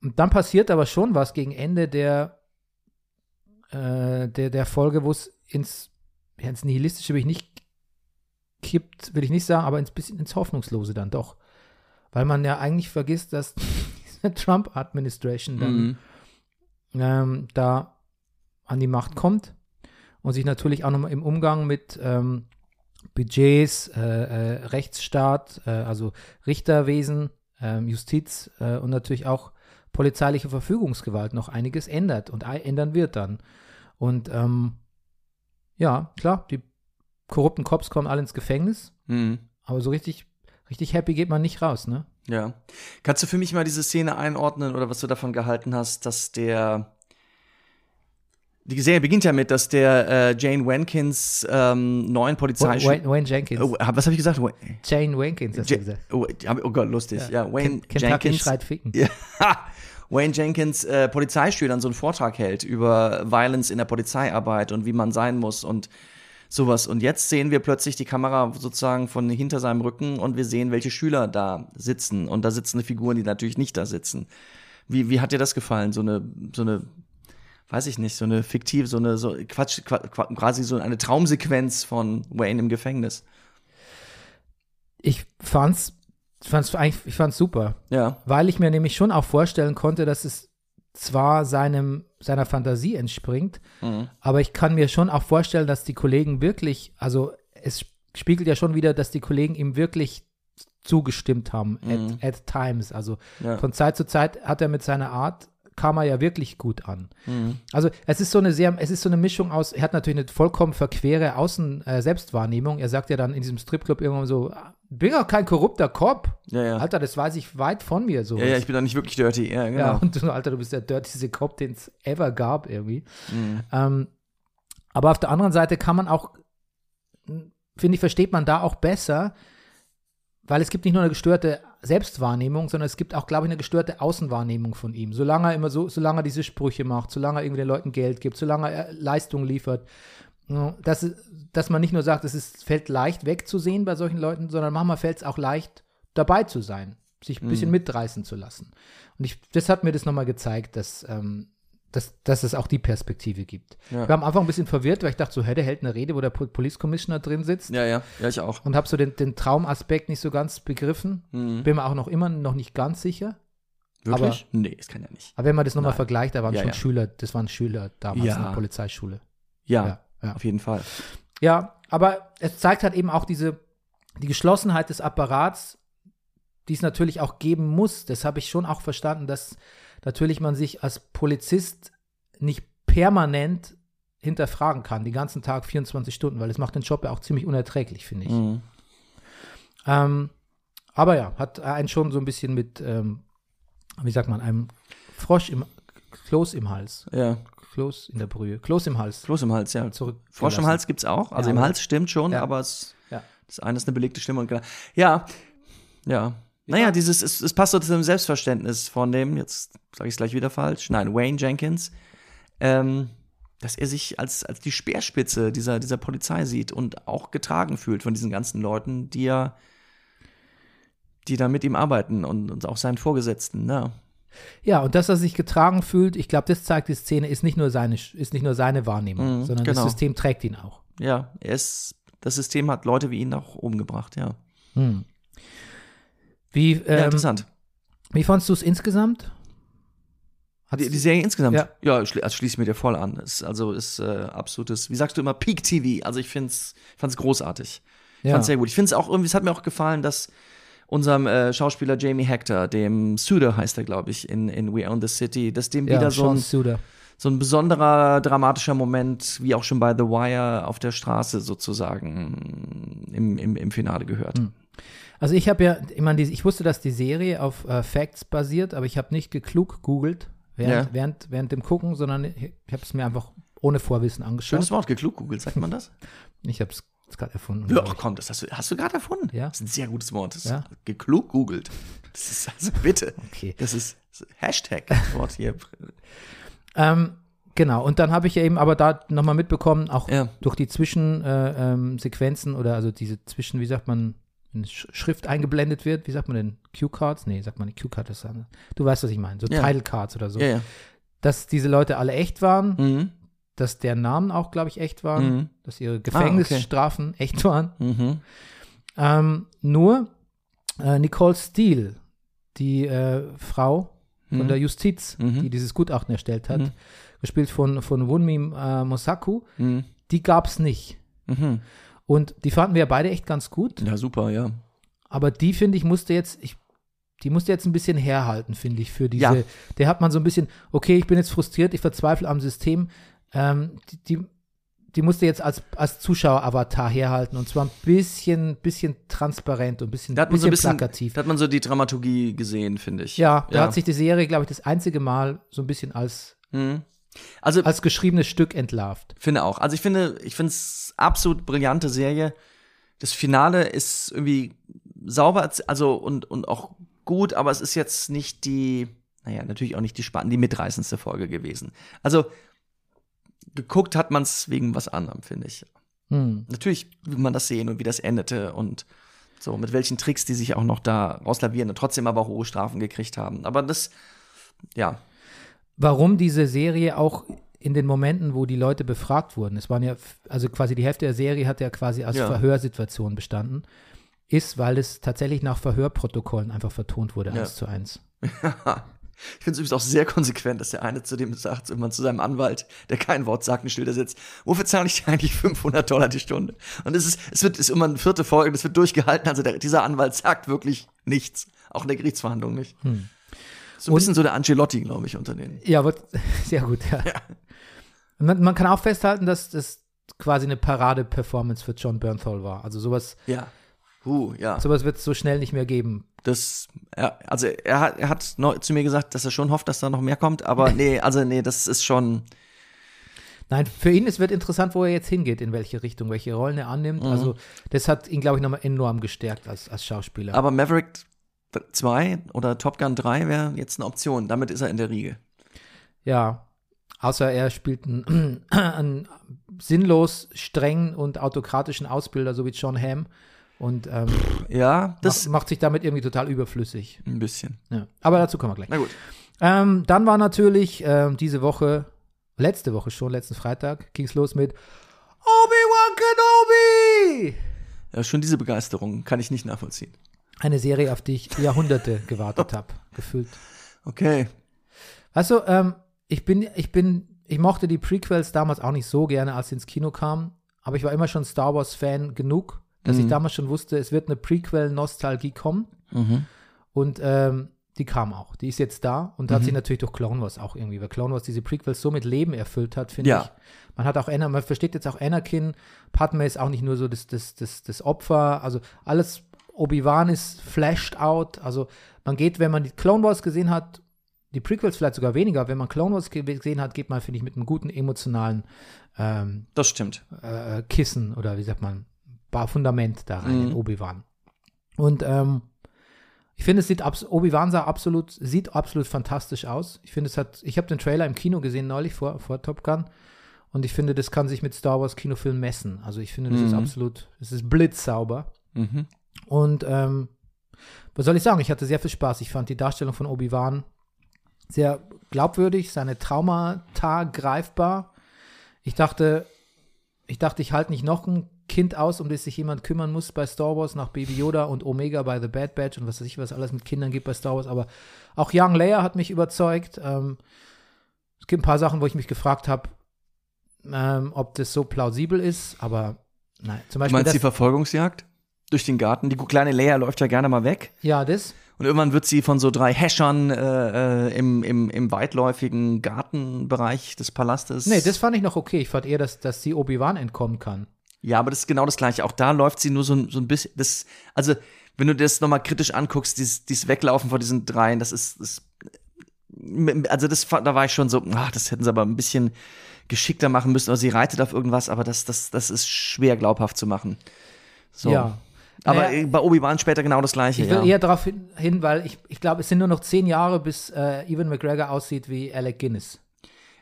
Speaker 1: Und dann passiert aber schon was gegen Ende der, äh, der, der Folge, wo es ins, ja, ins Nihilistische will ich nicht kippt, will ich nicht sagen, aber ins bisschen ins Hoffnungslose dann doch. Weil man ja eigentlich vergisst, dass diese Trump-Administration dann
Speaker 2: Mhm.
Speaker 1: ähm, da an die Macht kommt und sich natürlich auch nochmal im Umgang mit ähm, Budgets, äh, äh, Rechtsstaat, äh, also Richterwesen, ähm, Justiz äh, und natürlich auch polizeiliche Verfügungsgewalt noch einiges ändert und ei- ändern wird dann. Und ähm, ja, klar, die korrupten Cops kommen alle ins Gefängnis,
Speaker 2: Mhm.
Speaker 1: aber so richtig, richtig happy geht man nicht raus, ne?
Speaker 2: Ja. Kannst du für mich mal diese Szene einordnen oder was du davon gehalten hast, dass der. Die Serie beginnt ja mit, dass der äh, Jane Wankins ähm, neuen Polizei.
Speaker 1: Wayne, Wayne Jenkins.
Speaker 2: oh, hab- was habe ich gesagt? Wa-
Speaker 1: Jane Wankins, hast du
Speaker 2: Ja-
Speaker 1: gesagt.
Speaker 2: oh, hab- oh Gott, lustig. Ja, Wayne
Speaker 1: Ken- Kentucky
Speaker 2: Jenkins.
Speaker 1: schreit ficken.
Speaker 2: Ja. Wayne Jenkins äh, Polizeischülern so einen Vortrag hält über Violence in der Polizeiarbeit und wie man sein muss und sowas. Und jetzt sehen wir plötzlich die Kamera sozusagen von hinter seinem Rücken und wir sehen, welche Schüler da sitzen. Und da sitzen Figuren, die natürlich nicht da sitzen. Wie, wie hat dir das gefallen? So eine, so eine, weiß ich nicht, so eine fiktive, so eine, so Quatsch, Qua- Qua- quasi so eine Traumsequenz von Wayne im Gefängnis.
Speaker 1: ich fand's, fand's eigentlich, ich fand's super,
Speaker 2: Ja.
Speaker 1: weil ich mir nämlich schon auch vorstellen konnte, dass es zwar seinem, seiner Fantasie entspringt,
Speaker 2: Mhm.
Speaker 1: aber ich kann mir schon auch vorstellen, dass die Kollegen wirklich, also es spiegelt ja schon wieder, dass die Kollegen ihm wirklich zugestimmt haben
Speaker 2: Mhm.
Speaker 1: at, at times. Also
Speaker 2: Ja.
Speaker 1: von Zeit zu Zeit hat er mit seiner Art, kam er ja wirklich gut an.
Speaker 2: Mhm.
Speaker 1: Also es ist so eine sehr, es ist so eine Mischung aus, er hat natürlich eine vollkommen verquere Außen-Selbstwahrnehmung. er sagt ja dann in diesem Stripclub irgendwann so, "Ah, bin doch kein korrupter Cop.
Speaker 2: Ja, ja.
Speaker 1: Alter, das weiß ich weit von mir so.
Speaker 2: ja, ja, ich bin da nicht wirklich dirty. Ja, genau.
Speaker 1: Ja, und so, Alter, du bist der dirtyste Cop, den es ever gab irgendwie.
Speaker 2: Mhm.
Speaker 1: Ähm, aber auf der anderen Seite kann man auch, finde ich, versteht man da auch besser, weil es gibt nicht nur eine gestörte Selbstwahrnehmung, sondern es gibt auch, glaube ich, eine gestörte Außenwahrnehmung von ihm. Solange er immer so, solange er diese Sprüche macht, solange er irgendwie den Leuten Geld gibt, solange er Leistung liefert, ja, dass, es- dass man nicht nur sagt, es ist, fällt leicht wegzusehen bei solchen Leuten, sondern manchmal fällt es auch leicht dabei zu sein, sich ein bisschen mitreißen zu lassen. Und ich, das hat mir das nochmal gezeigt, dass, ähm, dass, dass es auch die Perspektive gibt.
Speaker 2: Ja.
Speaker 1: Ich war am Anfang ein bisschen verwirrt, weil ich dachte, so, hä, der hält eine Rede, wo der Po- Police Commissioner drin sitzt
Speaker 2: ja, ja, ja, ich auch.
Speaker 1: und habe so den, den Traumaspekt nicht so ganz begriffen.
Speaker 2: Mhm.
Speaker 1: Bin mir auch noch immer noch nicht ganz sicher.
Speaker 2: Wirklich? nee, das kann ja nicht.
Speaker 1: Aber wenn man das nochmal
Speaker 2: Nein.
Speaker 1: vergleicht, da waren
Speaker 2: Ja,
Speaker 1: schon
Speaker 2: ja.
Speaker 1: Schüler, das waren Schüler damals
Speaker 2: Ja.
Speaker 1: in der Polizeischule.
Speaker 2: Ja,
Speaker 1: Ja, ja.
Speaker 2: auf jeden Fall.
Speaker 1: Ja, aber es zeigt halt eben auch diese, die Geschlossenheit des Apparats, die es natürlich auch geben muss. Das habe ich schon auch verstanden, dass natürlich man sich als Polizist nicht permanent hinterfragen kann, den ganzen Tag 24 Stunden, weil das macht den Job ja auch ziemlich unerträglich, finde ich.
Speaker 2: Mhm.
Speaker 1: Ähm, aber ja, hat einen schon so ein bisschen mit, ähm, wie sagt man, einem Frosch im Kloß im Hals,
Speaker 2: Ja,
Speaker 1: Kloß in der Brühe, Kloß im Hals.
Speaker 2: Kloß im Hals, ja.
Speaker 1: Zurück.
Speaker 2: Frosch im Hals gibt's auch. Also
Speaker 1: Ja,
Speaker 2: im
Speaker 1: aber-
Speaker 2: Hals stimmt schon,
Speaker 1: Ja.
Speaker 2: aber es,
Speaker 1: Ja.
Speaker 2: das eine ist eine belegte Stimme und genau. Ja, ja. Naja, dieses, es, es passt so zu dem Selbstverständnis von dem, jetzt sage ich es gleich wieder falsch, nein, Wayne Jenkins, ähm, dass er sich als, als die Speerspitze dieser, dieser Polizei sieht und auch getragen fühlt von diesen ganzen Leuten, die ja, die da mit ihm arbeiten und, und auch seinen Vorgesetzten, ne?
Speaker 1: Ja, und dass er sich getragen fühlt, ich glaube, das zeigt die Szene, ist nicht nur seine, ist nicht nur seine Wahrnehmung,
Speaker 2: Mhm,
Speaker 1: sondern das
Speaker 2: genau.
Speaker 1: System trägt ihn auch.
Speaker 2: Ja, er ist, das System hat Leute wie ihn nach oben gebracht, ja.
Speaker 1: Hm. Wie,
Speaker 2: Ja,
Speaker 1: ähm,
Speaker 2: interessant.
Speaker 1: wie fandst du es insgesamt? Hat's-
Speaker 2: Die, die Serie insgesamt,
Speaker 1: Ja.
Speaker 2: ja, schli also schließe ich mir dir voll an. Ist, also ist äh, absolutes, wie sagst du immer, Peak TV. Also ich find's, fand's großartig.
Speaker 1: ja.
Speaker 2: Fand's sehr gut. Ich find's auch irgendwie, es hat mir auch gefallen, dass, unserem äh, Schauspieler Jamie Hector, dem Suda heißt er, glaube ich, in, in We Own the City, dass dem
Speaker 1: Ja,
Speaker 2: wieder so
Speaker 1: Sean
Speaker 2: ein,
Speaker 1: Suda.
Speaker 2: so ein besonderer dramatischer Moment, wie auch schon bei The Wire auf der Straße sozusagen im, im, im Finale gehört.
Speaker 1: Also ich habe ja, ich meine, die- ich wusste, dass die Serie auf äh, Facts basiert, aber ich habe nicht geklug googelt während,
Speaker 2: Ja.
Speaker 1: während, während dem Gucken, sondern ich, ich habe es mir einfach ohne Vorwissen angeschaut.
Speaker 2: Schönes Wort, geklug, Google, sagt man das?
Speaker 1: Ich habe es gerade erfunden.
Speaker 2: Ja,
Speaker 1: glaub
Speaker 2: ach komm, Äh, das hast du, hast du gerade erfunden.
Speaker 1: Ja.
Speaker 2: Das ist ein sehr gutes Wort. Das ist
Speaker 1: Ja.
Speaker 2: geklug googelt. Das ist also bitte.
Speaker 1: Okay.
Speaker 2: Das ist Hashtag, das Wort hier.
Speaker 1: Ähm, genau, und dann habe ich ja eben aber da nochmal mitbekommen, auch
Speaker 2: Ja.
Speaker 1: durch die Zwischensequenzen äh, ähm, Sequenzen oder also diese Zwischen, wie sagt man, wenn Sch Schrift eingeblendet wird, wie sagt man denn? Q-Cards? Nee, sagt man nicht Q-Cards. das ist anders. Du weißt, was ich meine, so
Speaker 2: Ja.
Speaker 1: Title Cards oder so.
Speaker 2: Ja, ja.
Speaker 1: Dass diese Leute alle echt waren,
Speaker 2: Mhm.
Speaker 1: dass deren Namen auch, glaube ich, echt waren,
Speaker 2: Mhm.
Speaker 1: dass ihre Gefängnisstrafen echt waren.
Speaker 2: Mhm.
Speaker 1: Ähm, nur äh, Nicole Steele, die äh, Frau von
Speaker 2: Mhm.
Speaker 1: der Justiz,
Speaker 2: Mhm.
Speaker 1: die dieses Gutachten erstellt hat,
Speaker 2: Mhm.
Speaker 1: gespielt von, von Wunmi äh, Mosaku,
Speaker 2: Mhm.
Speaker 1: die gab es nicht.
Speaker 2: Mhm.
Speaker 1: Und die fanden wir ja beide echt ganz gut,
Speaker 2: Ja, super, ja.
Speaker 1: aber die, finde ich, musste jetzt, ich, die musste jetzt ein bisschen herhalten, finde ich, für diese,
Speaker 2: Ja.
Speaker 1: der hat man so ein bisschen, okay, ich bin jetzt frustriert, ich verzweifle am System, ähm, die, die, die musste jetzt als, als Zuschauer-Avatar herhalten und zwar ein bisschen, bisschen transparent und ein bisschen,
Speaker 2: Da hat man so ein bisschen,
Speaker 1: plakativ.
Speaker 2: da hat man so die Dramaturgie gesehen, finde ich.
Speaker 1: Ja, da hat sich die Serie, glaube ich, das einzige Mal so ein bisschen als,
Speaker 2: Mhm. Also
Speaker 1: als geschriebenes Stück entlarvt.
Speaker 2: Finde auch. Also ich finde, ich finde es absolut brillante Serie. Das Finale ist irgendwie sauber, erz- also und, und auch gut, aber es ist jetzt nicht die, naja, natürlich auch nicht die spannend, die mitreißendste Folge gewesen. Also geguckt hat man es wegen was anderem, finde ich.
Speaker 1: Hm.
Speaker 2: Natürlich will man das sehen und wie das endete und so, mit welchen Tricks die sich auch noch da rauslavieren und trotzdem aber hohe Strafen gekriegt haben. Aber das, ja,
Speaker 1: Warum diese Serie auch in den Momenten, wo die Leute befragt wurden, es waren ja, f- also quasi die Hälfte der Serie hat ja quasi als
Speaker 2: Ja.
Speaker 1: Verhörsituation bestanden, ist, weil es tatsächlich nach Verhörprotokollen einfach vertont wurde,
Speaker 2: Ja.
Speaker 1: eins zu eins.
Speaker 2: Ich finde es übrigens auch sehr konsequent, dass der eine zu dem sagt, immer zu seinem Anwalt, der kein Wort sagt, einen Schilder setzt, wofür zahle ich dir eigentlich 500 Dollar die Stunde? Und es ist, es wird, es ist immer eine vierte Folge, das wird durchgehalten, also der, dieser Anwalt sagt wirklich nichts. Auch in der Gerichtsverhandlung nicht. So ein
Speaker 1: Hm. Und-
Speaker 2: bisschen so der Ancelotti, glaube ich, unter denen.
Speaker 1: Ja, wird sehr gut, ja. Man, man kann auch festhalten, dass das quasi eine Parade-Performance für John Bernthal war. Also sowas,
Speaker 2: Ja. Huh, ja.
Speaker 1: sowas wird es so schnell nicht mehr geben.
Speaker 2: Das, er, also er hat, er hat noch zu mir gesagt, dass er schon hofft, dass da noch mehr kommt, aber nee, also nee, das ist schon,
Speaker 1: Nein, für ihn es wird interessant, wo er jetzt hingeht, in welche Richtung, welche Rollen er annimmt.
Speaker 2: Mhm.
Speaker 1: Also das hat ihn, glaube ich, nochmal enorm gestärkt als, als Schauspieler.
Speaker 2: aber Maverick 2 oder Top Gun 3 wäre jetzt eine Option. Damit ist er in der Riege.
Speaker 1: Ja, außer er spielt einen, einen sinnlos strengen und autokratischen Ausbilder, so wie John Hamm. Und ähm,
Speaker 2: Ja, das,
Speaker 1: macht, macht sich damit irgendwie total überflüssig.
Speaker 2: Ein bisschen.
Speaker 1: Ja. Aber dazu kommen wir gleich.
Speaker 2: Na gut.
Speaker 1: Ähm, dann war natürlich ähm, diese Woche, letzte Woche schon, letzten Freitag, ging es los mit Obi-Wan Kenobi!
Speaker 2: Ja, schon diese Begeisterung kann ich nicht nachvollziehen.
Speaker 1: Eine Serie, auf die ich Jahrhunderte gewartet habe, gefühlt.
Speaker 2: Okay.
Speaker 1: Weißt du, ähm, ich bin, ich bin, ich mochte die Prequels damals auch nicht so gerne, als sie ins Kino kamen, aber ich war immer schon Star Wars-Fan genug, dass ich damals schon wusste, es wird eine Prequel-Nostalgie kommen. Und ähm, die kam auch. Die ist jetzt da und hat sich natürlich durch Clone Wars auch irgendwie, weil Clone Wars diese Prequels so mit Leben erfüllt hat, finde
Speaker 2: Ja.
Speaker 1: ich. Man hat auch Anakin, man versteht jetzt auch Anakin, Padme ist auch nicht nur so das, das, das, das Opfer, also alles, Obi-Wan ist flashed out, also man geht, wenn man die Clone Wars gesehen hat, die Prequels vielleicht sogar weniger, wenn man Clone Wars ge- gesehen hat, geht man, finde ich, mit einem guten emotionalen ähm,
Speaker 2: Das stimmt.
Speaker 1: äh, Kissen oder wie sagt man, Bar Fundament da rein in Obi-Wan. Und ähm, ich finde, es sieht abs- Obi-Wan sah absolut, sieht absolut fantastisch aus. Ich finde, es hat, ich habe den Trailer im Kino gesehen neulich vor, vor Top Gun. Und ich finde, das kann sich mit Star Wars Kinofilm messen. Also ich finde, das ist absolut, es ist blitzsauber.
Speaker 2: Mhm.
Speaker 1: Und ähm, was soll ich sagen? Ich hatte sehr viel Spaß. Ich fand die Darstellung von Obi-Wan sehr glaubwürdig, seine Traumata greifbar. Ich dachte, ich dachte, ich halte nicht noch ein Kind aus, um das sich jemand kümmern muss bei Star Wars nach Baby Yoda und Omega bei The Bad Batch und was weiß ich, was alles mit Kindern gibt bei Star Wars. Aber auch Young Leia hat mich überzeugt. Ähm, es gibt ein paar Sachen, wo ich mich gefragt habe, ähm, ob das so plausibel ist, aber nein. Zum
Speaker 2: Du
Speaker 1: Beispiel
Speaker 2: meinst
Speaker 1: das,
Speaker 2: die Verfolgungsjagd? durch den Garten. Die kleine Leia läuft ja gerne mal weg.
Speaker 1: Ja, das.
Speaker 2: Und irgendwann wird sie von so drei Häschern äh, äh, im, im, im weitläufigen Gartenbereich des Palastes.
Speaker 1: Nee, das fand ich noch okay. Ich fand eher, dass, dass sie Obi-Wan entkommen kann.
Speaker 2: Ja, aber das ist genau das Gleiche. Auch da läuft sie nur so, ein- so ein bisschen. Das, also, wenn du dir das nochmal kritisch anguckst, dieses, dieses Weglaufen von diesen dreien, das ist. Das, also, das, fa- da war ich schon so, ach, das hätten sie aber ein bisschen geschickter machen müssen. Oder sie reitet auf irgendwas, aber das, das, das ist schwer glaubhaft zu machen. So.
Speaker 1: Ja.
Speaker 2: Aber
Speaker 1: Naja,
Speaker 2: äh, bei Obi-Wan später genau das Gleiche.
Speaker 1: Ich will
Speaker 2: ja.
Speaker 1: eher darauf hin, hin, weil ich, ich glaube, es sind nur noch zehn Jahre, bis äh, Ewan McGregor aussieht wie Alec Guinness.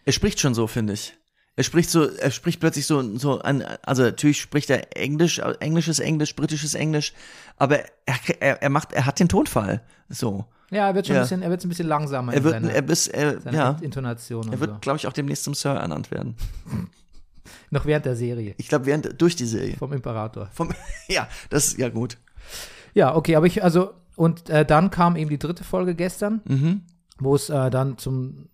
Speaker 2: Er spricht schon so, finde ich. Er spricht so, er spricht plötzlich so, so an, also natürlich spricht er Englisch, äh, englisches Englisch, britisches Englisch, aber er, er, er macht, er hat den Tonfall. So.
Speaker 1: Ja, er wird schon
Speaker 2: Ja.
Speaker 1: ein, bisschen, er wird ein bisschen langsamer
Speaker 2: Er wird,
Speaker 1: in seiner,
Speaker 2: er ist, er,
Speaker 1: seiner
Speaker 2: ja,
Speaker 1: Intonation. Und
Speaker 2: er
Speaker 1: so.
Speaker 2: wird, glaube ich, auch demnächst zum Sir ernannt werden.
Speaker 1: Noch während der Serie
Speaker 2: Ich glaube, während, durch die Serie.
Speaker 1: vom Imperator.
Speaker 2: Vom, ja, das, ja gut.
Speaker 1: Ja, okay, aber ich, also, und äh, dann kam eben die dritte Folge gestern,
Speaker 2: Mhm.
Speaker 1: wo es äh, dann zum,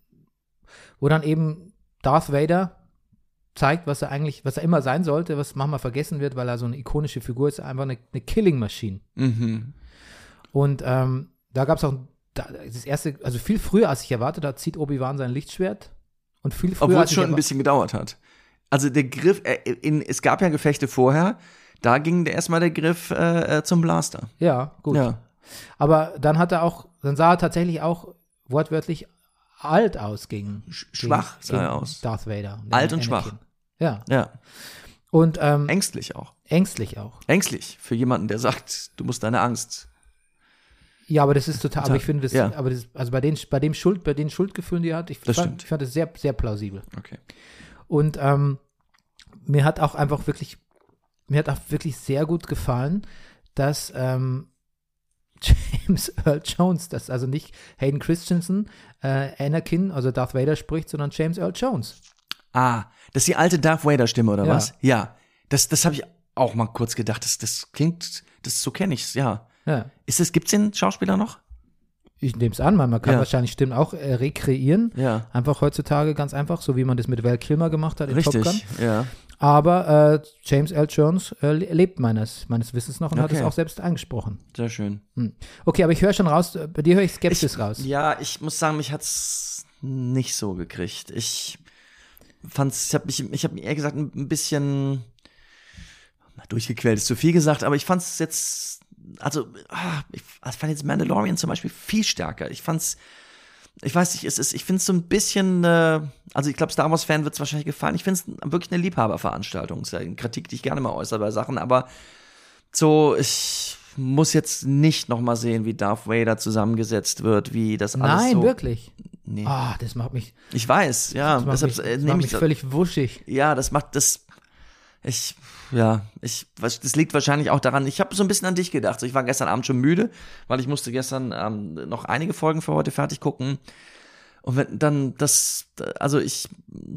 Speaker 1: wo dann eben Darth Vader zeigt, was er eigentlich, was er immer sein sollte, was manchmal vergessen wird, weil er so eine ikonische Figur ist, einfach eine, eine Killing Machine.
Speaker 2: Mhm.
Speaker 1: Und ähm, da gab es auch da, das erste, also viel früher als ich erwartet habe, zieht Obi-Wan sein Lichtschwert. Und viel früher
Speaker 2: Obwohl
Speaker 1: als
Speaker 2: es
Speaker 1: ich
Speaker 2: schon ein
Speaker 1: erwa-
Speaker 2: bisschen gedauert hat. Also der Griff, äh, in, es gab ja Gefechte vorher, da ging der- erstmal der Griff äh, äh, zum Blaster.
Speaker 1: Ja, gut.
Speaker 2: Ja.
Speaker 1: Aber dann hat er auch, dann sah er tatsächlich auch wortwörtlich alt aus gegen
Speaker 2: schwach
Speaker 1: gegen,
Speaker 2: sah er aus.
Speaker 1: Darth Vader.
Speaker 2: Alt
Speaker 1: Anakin.
Speaker 2: und schwach.
Speaker 1: Ja.
Speaker 2: Ja.
Speaker 1: Und ähm,
Speaker 2: Ängstlich auch.
Speaker 1: ängstlich auch.
Speaker 2: ängstlich für jemanden, der sagt, du musst deine Angst.
Speaker 1: Ja, aber das ist total, aber ich finde das,
Speaker 2: Ja.
Speaker 1: aber das, also bei den, bei dem Schuld, bei den Schuldgefühlen, die er hat, ich
Speaker 2: Das
Speaker 1: fand,
Speaker 2: stimmt.
Speaker 1: ich fand das sehr, sehr plausibel.
Speaker 2: Okay.
Speaker 1: Und ähm, mir hat auch einfach wirklich, mir hat auch wirklich sehr gut gefallen, dass ähm, James Earl Jones, dass also nicht Hayden Christensen, äh, Anakin, also Darth Vader spricht, sondern James Earl Jones.
Speaker 2: Ah, das ist die alte Darth Vader Stimme oder
Speaker 1: Ja.
Speaker 2: was? Ja. Das das habe ich auch mal kurz gedacht, das das klingt das so kenne ich's, ja.
Speaker 1: Ja,
Speaker 2: Ist es gibt's den Schauspieler noch?
Speaker 1: ich nehme es an, man, man kann
Speaker 2: Ja.
Speaker 1: wahrscheinlich Stimmen auch äh, rekreieren.
Speaker 2: Ja.
Speaker 1: Einfach heutzutage ganz einfach, so wie man das mit Val Kilmer gemacht hat in Top Gun.
Speaker 2: Richtig. Ja.
Speaker 1: Aber äh, James L. Jones äh, le- lebt meines, meines Wissens noch und hat
Speaker 2: Okay.
Speaker 1: es auch selbst angesprochen.
Speaker 2: Sehr schön.
Speaker 1: Hm. Okay, aber ich höre schon raus, äh, bei dir höre ich Skepsis
Speaker 2: Ich-
Speaker 1: raus.
Speaker 2: Ja, ich muss sagen, mich hat's nicht so gekriegt. Ich fand's ich habe mich ich habe eher gesagt ein bisschen na, durchgequält ist zu viel gesagt, aber ich fand's jetzt also ah, ich ich fand jetzt Mandalorian zum Beispiel viel stärker. Ich fand's ich weiß nicht, es ist, ich finde es so ein bisschen, äh, also ich glaube, Star Wars-Fan wird es wahrscheinlich gefallen. Ich finde es wirklich eine Liebhaberveranstaltung. Ist ja eine Kritik, die ich gerne mal äußere bei Sachen, aber so, ich muss jetzt nicht noch mal sehen, wie Darth Vader zusammengesetzt wird, wie das alles
Speaker 1: Nein,
Speaker 2: so.
Speaker 1: wirklich.
Speaker 2: Nee.
Speaker 1: Ah, das macht mich,
Speaker 2: Ich weiß, ja.
Speaker 1: das macht
Speaker 2: Deshalb
Speaker 1: mich,
Speaker 2: äh,
Speaker 1: das macht
Speaker 2: nehme
Speaker 1: mich
Speaker 2: ich
Speaker 1: völlig wuschig.
Speaker 2: ja, das macht das. Ich, ja, ich, was- das liegt wahrscheinlich auch daran. Ich habe so ein bisschen an dich gedacht. So, Ich war gestern Abend schon müde, weil ich musste gestern ähm, noch einige Folgen für heute fertig gucken. Und wenn dann das, also ich,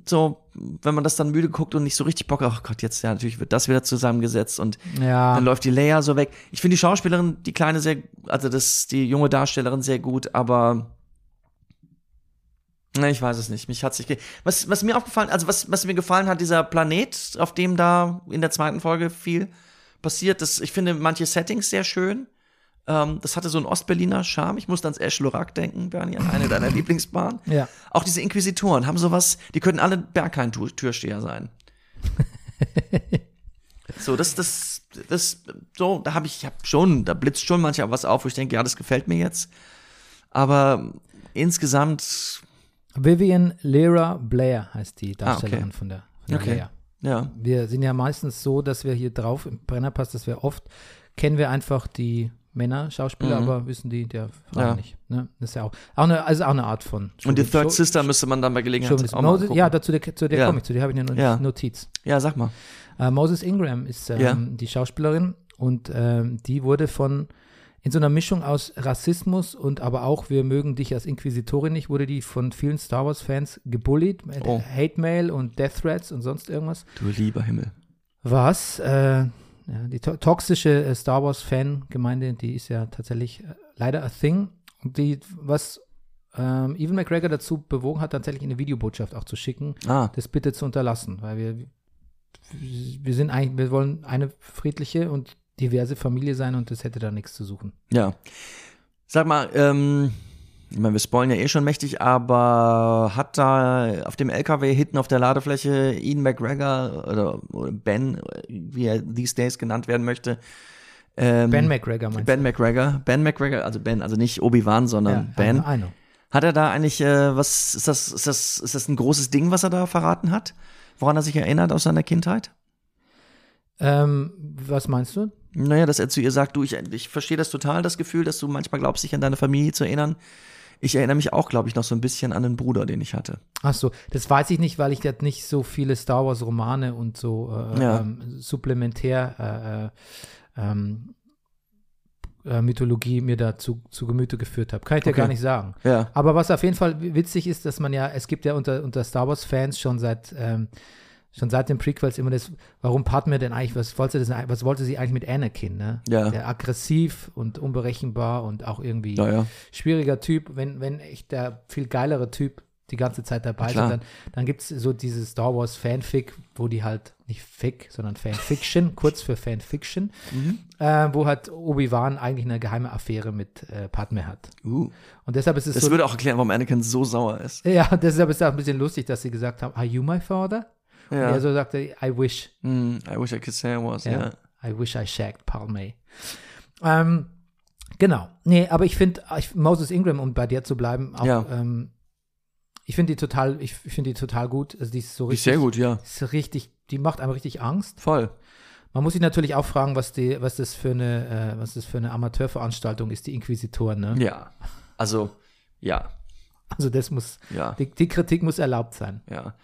Speaker 2: so, wenn man das dann müde guckt und nicht so richtig Bock, ach Gott, jetzt ja, natürlich wird das wieder zusammengesetzt und
Speaker 1: Ja,
Speaker 2: dann läuft die Leia so weg. Ich finde die Schauspielerin, die kleine sehr, also das, die junge Darstellerin sehr gut, aber ne, ich weiß es nicht. Mich hat's nicht. ge- Was, was mir aufgefallen, also was, was mir gefallen hat, dieser Planet, auf dem da in der zweiten Folge viel passiert. Das, ich finde manche Settings sehr schön. Ähm, das hatte so einen Ostberliner Charme. Ich musste ans Eschlorak denken, Bernie, an eine deiner Lieblingsbahnen.
Speaker 1: Ja.
Speaker 2: Auch diese Inquisitoren haben sowas, die könnten alle Berghain-Türsteher sein. So, das, das, das, so, da habe ich, ich hab schon, da blitzt schon manchmal was auf, wo ich denke, ja, das gefällt mir jetzt. Aber insgesamt,
Speaker 1: Vivian Lera Blair heißt die Darstellerin
Speaker 2: Ah, okay.
Speaker 1: von der, von der
Speaker 2: Okay.
Speaker 1: Leia.
Speaker 2: ja,
Speaker 1: Wir sind ja meistens so, dass wir hier drauf im Brennerpass, dass wir oft kennen wir einfach die Männer, Schauspieler, aber wissen die der Frau
Speaker 2: Mhm. Ja.
Speaker 1: nicht. Ne? Das ist ja auch, auch, eine, also auch eine Art von.
Speaker 2: und die
Speaker 1: Chauvi-
Speaker 2: Third
Speaker 1: Chau-
Speaker 2: Sister müsste man dann bei Gelegenheit
Speaker 1: Chauvinismus.
Speaker 2: auch mal
Speaker 1: Moses,
Speaker 2: gucken.
Speaker 1: ja, dazu der, zu der
Speaker 2: Ja.
Speaker 1: komme ich, zu der habe ich eine Not-
Speaker 2: Ja.
Speaker 1: Notiz.
Speaker 2: ja, sag mal.
Speaker 1: Äh, Moses Ingram ist ähm,
Speaker 2: Ja.
Speaker 1: die Schauspielerin und ähm, die wurde von in so einer Mischung aus Rassismus und aber auch wir mögen dich als Inquisitorin nicht, wurde die von vielen Star Wars Fans gebullied, mit
Speaker 2: Oh.
Speaker 1: Hate Mail und Death Threats und sonst irgendwas.
Speaker 2: Du lieber Himmel.
Speaker 1: Was äh, ja, die to toxische äh, Star Wars Fan Gemeinde, die ist ja tatsächlich äh, leider a thing und die was ähm, Evan McGregor dazu bewogen hat, tatsächlich eine Videobotschaft auch zu schicken,
Speaker 2: Ah,
Speaker 1: das bitte zu unterlassen, weil wir wir sind eigentlich, wir wollen eine friedliche und diverse Familie sein und das hätte da nichts zu suchen.
Speaker 2: Ja. Sag mal, ähm, ich meine, wir spoilen ja eh schon mächtig, aber hat da auf dem LKW hinten auf der Ladefläche Ian McGregor oder, oder Ben, wie er these days genannt werden möchte, ähm,
Speaker 1: Ben McGregor meinst
Speaker 2: Ben McGregor, Ben McGregor, also Ben, also nicht Obi-Wan,
Speaker 1: du?
Speaker 2: sondern Ben.
Speaker 1: I know.
Speaker 2: Hat er da eigentlich, äh, was, ist das, ist das, ist das ein großes Ding, was er da verraten hat? Woran er sich erinnert aus seiner Kindheit?
Speaker 1: Ähm, was meinst du?
Speaker 2: Naja, dass er zu ihr sagt, du, ich, ich verstehe das total, das Gefühl, dass du manchmal glaubst, dich an deine Familie zu erinnern. Ich erinnere mich auch, glaube ich, noch so ein bisschen an den Bruder, den ich hatte.
Speaker 1: Ach so, das weiß ich nicht, weil ich jetzt nicht so viele Star Wars Romane und so äh,
Speaker 2: Ja.
Speaker 1: ähm, supplementär äh, äh, ähm, äh, Mythologie mir da zu, zu Gemüte geführt habe. Kann ich dir
Speaker 2: Okay.
Speaker 1: gar nicht sagen.
Speaker 2: Ja.
Speaker 1: Aber was auf jeden Fall w- witzig ist, dass man ja, es gibt ja unter, unter Star Wars-Fans schon seit ähm, schon seit den Prequels immer das, warum Padme denn eigentlich, was wollte, das, was wollte sie eigentlich mit Anakin, ne?
Speaker 2: Ja.
Speaker 1: Der aggressiv und unberechenbar und auch irgendwie
Speaker 2: Naja.
Speaker 1: schwieriger Typ, wenn, wenn echt der viel geilere Typ die ganze Zeit dabei ist.
Speaker 2: Klar.
Speaker 1: Dann, dann gibt es so diese Star Wars Fanfic, wo die halt nicht Fick, sondern Fanfiction, kurz für Fanfiction,
Speaker 2: Mhm.
Speaker 1: äh, wo halt Obi-Wan eigentlich eine geheime Affäre mit äh, Padme hat.
Speaker 2: Uh.
Speaker 1: Und deshalb ist es
Speaker 2: Das
Speaker 1: so.
Speaker 2: würde auch erklären, warum Anakin so sauer ist.
Speaker 1: Ja, deshalb ist es auch ein bisschen lustig, dass sie gesagt haben, are you my father?
Speaker 2: Ja.
Speaker 1: Und er so sagte, I wish.
Speaker 2: Hm, I wish I could say I was, ja.
Speaker 1: Ja. I wish I shagged Palme. Ähm, genau. Nee, aber ich finde, ich, Moses Ingram, um bei dir zu bleiben, auch,
Speaker 2: Ja.
Speaker 1: ähm, ich finde die total, ich finde die total gut. Also die ist so
Speaker 2: Die ist
Speaker 1: richtig,
Speaker 2: sehr gut, ja.
Speaker 1: Ist richtig, die macht einem richtig Angst.
Speaker 2: Voll.
Speaker 1: Man muss sich natürlich auch fragen, was die, was das für eine, äh, was das für eine Amateurveranstaltung ist, die Inquisitoren. Ne?
Speaker 2: Ja. Also, ja.
Speaker 1: Also das muss,
Speaker 2: Ja.
Speaker 1: die, die Kritik muss erlaubt sein.
Speaker 2: Ja.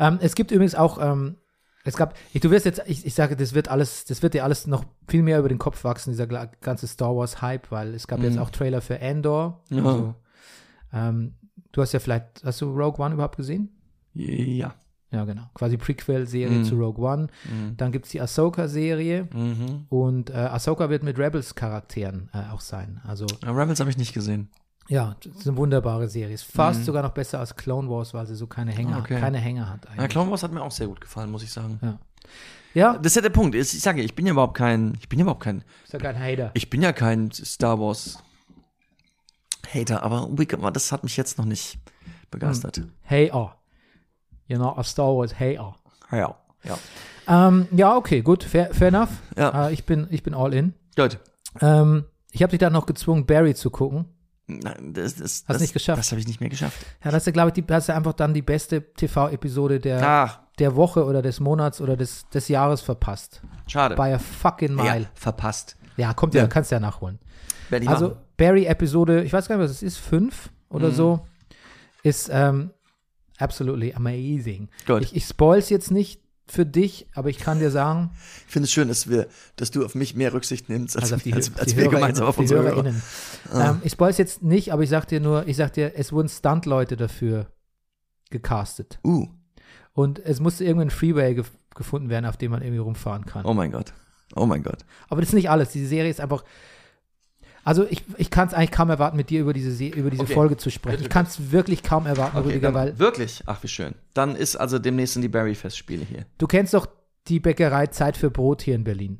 Speaker 1: Ähm, es gibt übrigens auch, ähm, es gab, ich, du wirst jetzt, ich, ich sage, das wird alles, das wird dir alles noch viel mehr über den Kopf wachsen, dieser gla- ganze Star Wars Hype, weil es gab jetzt auch Trailer für Andor.
Speaker 2: Mhm. Ja.
Speaker 1: Also, ähm, du hast ja vielleicht, hast du Rogue One überhaupt gesehen?
Speaker 2: Ja.
Speaker 1: Ja, genau. Quasi Prequel-Serie zu Rogue One. Dann gibt es die Ahsoka-Serie
Speaker 2: Mhm.
Speaker 1: und äh, Ahsoka wird mit Rebels-Charakteren äh, auch sein. Also,
Speaker 2: Ja, Rebels habe ich nicht gesehen.
Speaker 1: ja, das ist eine wunderbare Serie. Ist fast sogar noch besser als Clone Wars, weil sie so keine Hänger,
Speaker 2: Mhm. Okay.
Speaker 1: keine Hänger hat
Speaker 2: Ja,
Speaker 1: eigentlich.
Speaker 2: Clone Wars hat mir auch sehr gut gefallen, muss ich sagen.
Speaker 1: Ja. Ja,
Speaker 2: Das ist ja der Punkt. Ich sage, ich bin ja überhaupt kein, ich bin ja überhaupt kein,
Speaker 1: ist ja kein Hater.
Speaker 2: ich bin ja kein Star Wars Hater, aber Wicked War, das hat mich jetzt noch nicht begeistert.
Speaker 1: Hey, oh. You know, a Star Wars, hey, oh.
Speaker 2: Ah Ja. Ja.
Speaker 1: Ähm, ja, okay, gut, fair, fair enough.
Speaker 2: Ja.
Speaker 1: Äh, ich, bin, ich bin all in.
Speaker 2: Leute,
Speaker 1: Ähm, ich habe dich dann noch gezwungen, Barry zu gucken.
Speaker 2: nein, das, das,
Speaker 1: Hast
Speaker 2: das,
Speaker 1: nicht geschafft.
Speaker 2: Das habe ich nicht mehr geschafft.
Speaker 1: Ja, das ist, glaube ich, die, das ist einfach dann die beste TV-Episode der,
Speaker 2: Ah,
Speaker 1: der Woche oder des Monats oder des, des Jahres verpasst.
Speaker 2: schade.
Speaker 1: By a fucking
Speaker 2: ja,
Speaker 1: mile.
Speaker 2: verpasst.
Speaker 1: Ja, kommt ja,
Speaker 2: Ja.
Speaker 1: kannst ja nachholen.
Speaker 2: Werd ich
Speaker 1: also,
Speaker 2: machen.
Speaker 1: Barry-Episode, ich weiß gar nicht, was es ist, fünf oder
Speaker 2: Mhm.
Speaker 1: so, ist ähm, absolutely amazing.
Speaker 2: Gut.
Speaker 1: Ich, ich spoil's jetzt nicht für dich, aber ich kann dir sagen,
Speaker 2: Ich finde es schön, dass wir, dass du auf mich mehr Rücksicht nimmst, als,
Speaker 1: Also auf die,
Speaker 2: als,
Speaker 1: auf
Speaker 2: als
Speaker 1: die
Speaker 2: wir
Speaker 1: Hörer-
Speaker 2: gemeinsam auf
Speaker 1: die
Speaker 2: unsere Hörer. Ah.
Speaker 1: HörerInnen. Ähm, ich spoil's jetzt nicht, aber ich sag dir nur, ich sag dir, es wurden Stunt-Leute dafür gecastet.
Speaker 2: Uh,
Speaker 1: Und es musste irgendein Freeway gef gefunden werden, auf dem man irgendwie rumfahren kann.
Speaker 2: oh mein Gott. Oh mein Gott.
Speaker 1: Aber das ist nicht alles. Diese Serie ist einfach. Also ich, ich kann es eigentlich kaum erwarten, mit dir über diese, Se über diese
Speaker 2: Okay.
Speaker 1: Folge zu sprechen. Ich kann es wirklich kaum erwarten, Rüdiger,
Speaker 2: dann,
Speaker 1: weil
Speaker 2: wirklich? Ach, wie schön. Dann ist also demnächst sind die Barry-Festspiele hier.
Speaker 1: du kennst doch die Bäckerei Zeit für Brot hier in Berlin.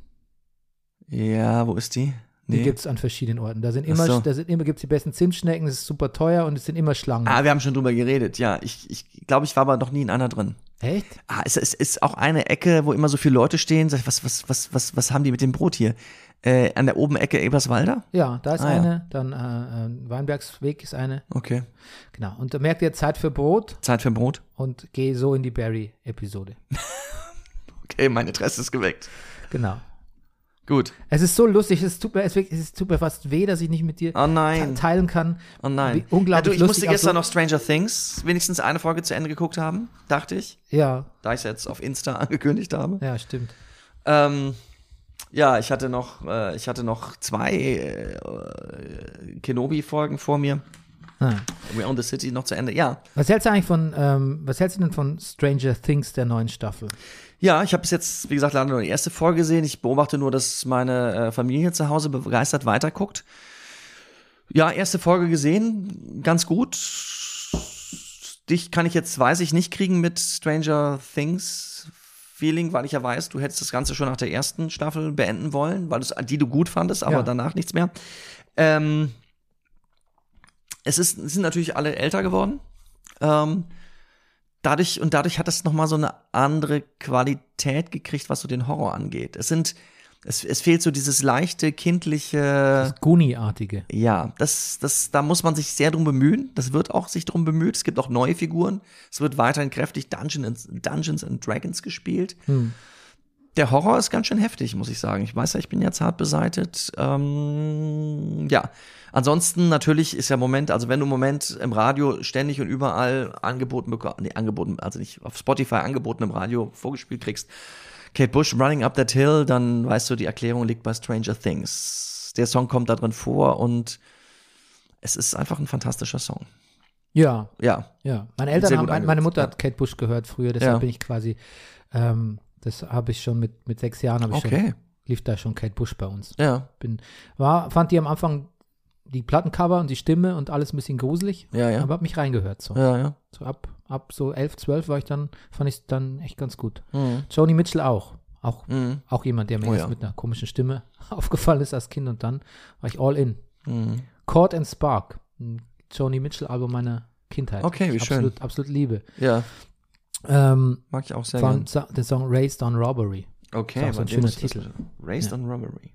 Speaker 2: Ja, wo ist die?
Speaker 1: Die gibt's gibt es an verschiedenen Orten. Da sind
Speaker 2: Ach
Speaker 1: immer,
Speaker 2: so.
Speaker 1: da sind immer, gibt's die besten Zimtschnecken, es ist super teuer und es sind immer Schlangen.
Speaker 2: Ah, wir haben schon drüber geredet. Ja, ich, ich glaube, ich war aber noch nie in einer drin.
Speaker 1: Echt?
Speaker 2: Ah, es, es ist auch eine Ecke, wo immer so viele Leute stehen. Sag ich, was, was, was, was, was haben die mit dem Brot hier? Äh, an der oben Ecke Eberswalder?
Speaker 1: Ja, da ist
Speaker 2: Ah, ja.
Speaker 1: eine, dann äh, äh, Weinbergsweg ist eine.
Speaker 2: Okay.
Speaker 1: Genau. Und da merkt ihr Zeit für Brot
Speaker 2: Zeit für ein Brot?
Speaker 1: und geh so in die Barry-Episode.
Speaker 2: Okay, mein Interesse ist geweckt.
Speaker 1: Genau.
Speaker 2: Gut.
Speaker 1: Es ist so lustig, es tut mir, es wirklich- es tut mir fast weh, dass ich nicht mit dir
Speaker 2: Oh nein.
Speaker 1: te- teilen kann.
Speaker 2: Oh nein.
Speaker 1: Wie unglaublich
Speaker 2: ja, du, ich musste
Speaker 1: lustig,
Speaker 2: gestern
Speaker 1: also-
Speaker 2: noch Stranger Things wenigstens eine Folge zu Ende geguckt haben, dachte ich.
Speaker 1: Ja,
Speaker 2: Da ich es jetzt auf Insta angekündigt habe.
Speaker 1: ja, stimmt.
Speaker 2: Ähm, ja, ich hatte noch, äh, ich hatte noch zwei äh, äh, Kenobi-Folgen vor mir.
Speaker 1: Ah.
Speaker 2: We Own the City noch zu Ende. Ja,
Speaker 1: Was hältst du eigentlich von, ähm, was hältst du denn von Stranger Things der neuen Staffel?
Speaker 2: ja, ich habe bis jetzt, wie gesagt, leider nur die erste Folge gesehen. Ich beobachte nur, dass meine äh, Familie zu Hause begeistert weiterguckt. Ja, erste Folge gesehen, ganz gut. Dich kann ich jetzt, weiß ich, nicht kriegen mit Stranger Things. Feeling, weil ich ja weiß, du hättest das Ganze schon nach der ersten Staffel beenden wollen, weil du die du gut fandest, aber
Speaker 1: Ja.
Speaker 2: danach nichts mehr. Ähm, es, ist, es sind natürlich alle älter geworden. Ähm, dadurch und dadurch hat das noch mal so eine andere Qualität gekriegt, was so den Horror angeht. Es sind es, es fehlt so dieses leichte kindliche
Speaker 1: Das Goonie-artige.
Speaker 2: ja, das, das, da muss man sich sehr drum bemühen. Das wird auch sich drum bemüht. Es gibt auch neue Figuren. Es wird weiterhin kräftig Dungeon and, Dungeons and Dragons gespielt.
Speaker 1: Hm.
Speaker 2: Der Horror ist ganz schön heftig, muss ich sagen. Ich weiß ja, ich bin jetzt hart beseitet. Ähm, ja, ansonsten natürlich ist ja im Moment, also wenn du im Moment im Radio ständig und überall angeboten bekommst, nee, angeboten, also nicht auf Spotify angeboten im Radio vorgespielt kriegst, Kate Bush, Running Up That Hill, dann weißt du, die Erklärung liegt bei Stranger Things. Der Song kommt da drin vor und es ist einfach ein fantastischer Song.
Speaker 1: Ja,
Speaker 2: Ja,
Speaker 1: ja. Meine Eltern
Speaker 2: Sehr
Speaker 1: haben,
Speaker 2: gut
Speaker 1: mein-
Speaker 2: angesetzt,
Speaker 1: meine Mutter
Speaker 2: ja.
Speaker 1: hat Kate Bush gehört früher, deshalb
Speaker 2: Ja.
Speaker 1: bin ich quasi, ähm, das habe ich schon mit, mit sechs Jahren, habe ich schon,
Speaker 2: okay.
Speaker 1: lief da schon Kate Bush bei uns.
Speaker 2: Ja,
Speaker 1: Bin, war, fand die am Anfang die Plattencover und die Stimme und alles ein bisschen gruselig,
Speaker 2: ja, ja.
Speaker 1: aber hab mich reingehört. So.
Speaker 2: ja, ja.
Speaker 1: so ab, ab so elf, zwölf war ich dann, fand ich dann echt ganz gut.
Speaker 2: Mhm.
Speaker 1: Joni Mitchell auch. Auch,
Speaker 2: Mhm.
Speaker 1: auch jemand, der mir
Speaker 2: Oh
Speaker 1: erst
Speaker 2: ja.
Speaker 1: mit einer komischen Stimme aufgefallen ist als Kind und dann war ich all in.
Speaker 2: Mhm.
Speaker 1: Cord and Spark, ein Joni Mitchell-Album meiner Kindheit.
Speaker 2: Okay, wie
Speaker 1: Ich
Speaker 2: schön.
Speaker 1: absolut, Absolut Liebe.
Speaker 2: Ja,
Speaker 1: Ähm,
Speaker 2: mag ich auch sehr
Speaker 1: von
Speaker 2: gerne.
Speaker 1: Sa- der Song Raised on Robbery.
Speaker 2: Okay,
Speaker 1: ist auch so ein
Speaker 2: bei dem
Speaker 1: schöner
Speaker 2: das-
Speaker 1: Titel.
Speaker 2: Raised
Speaker 1: Ja.
Speaker 2: on Robbery.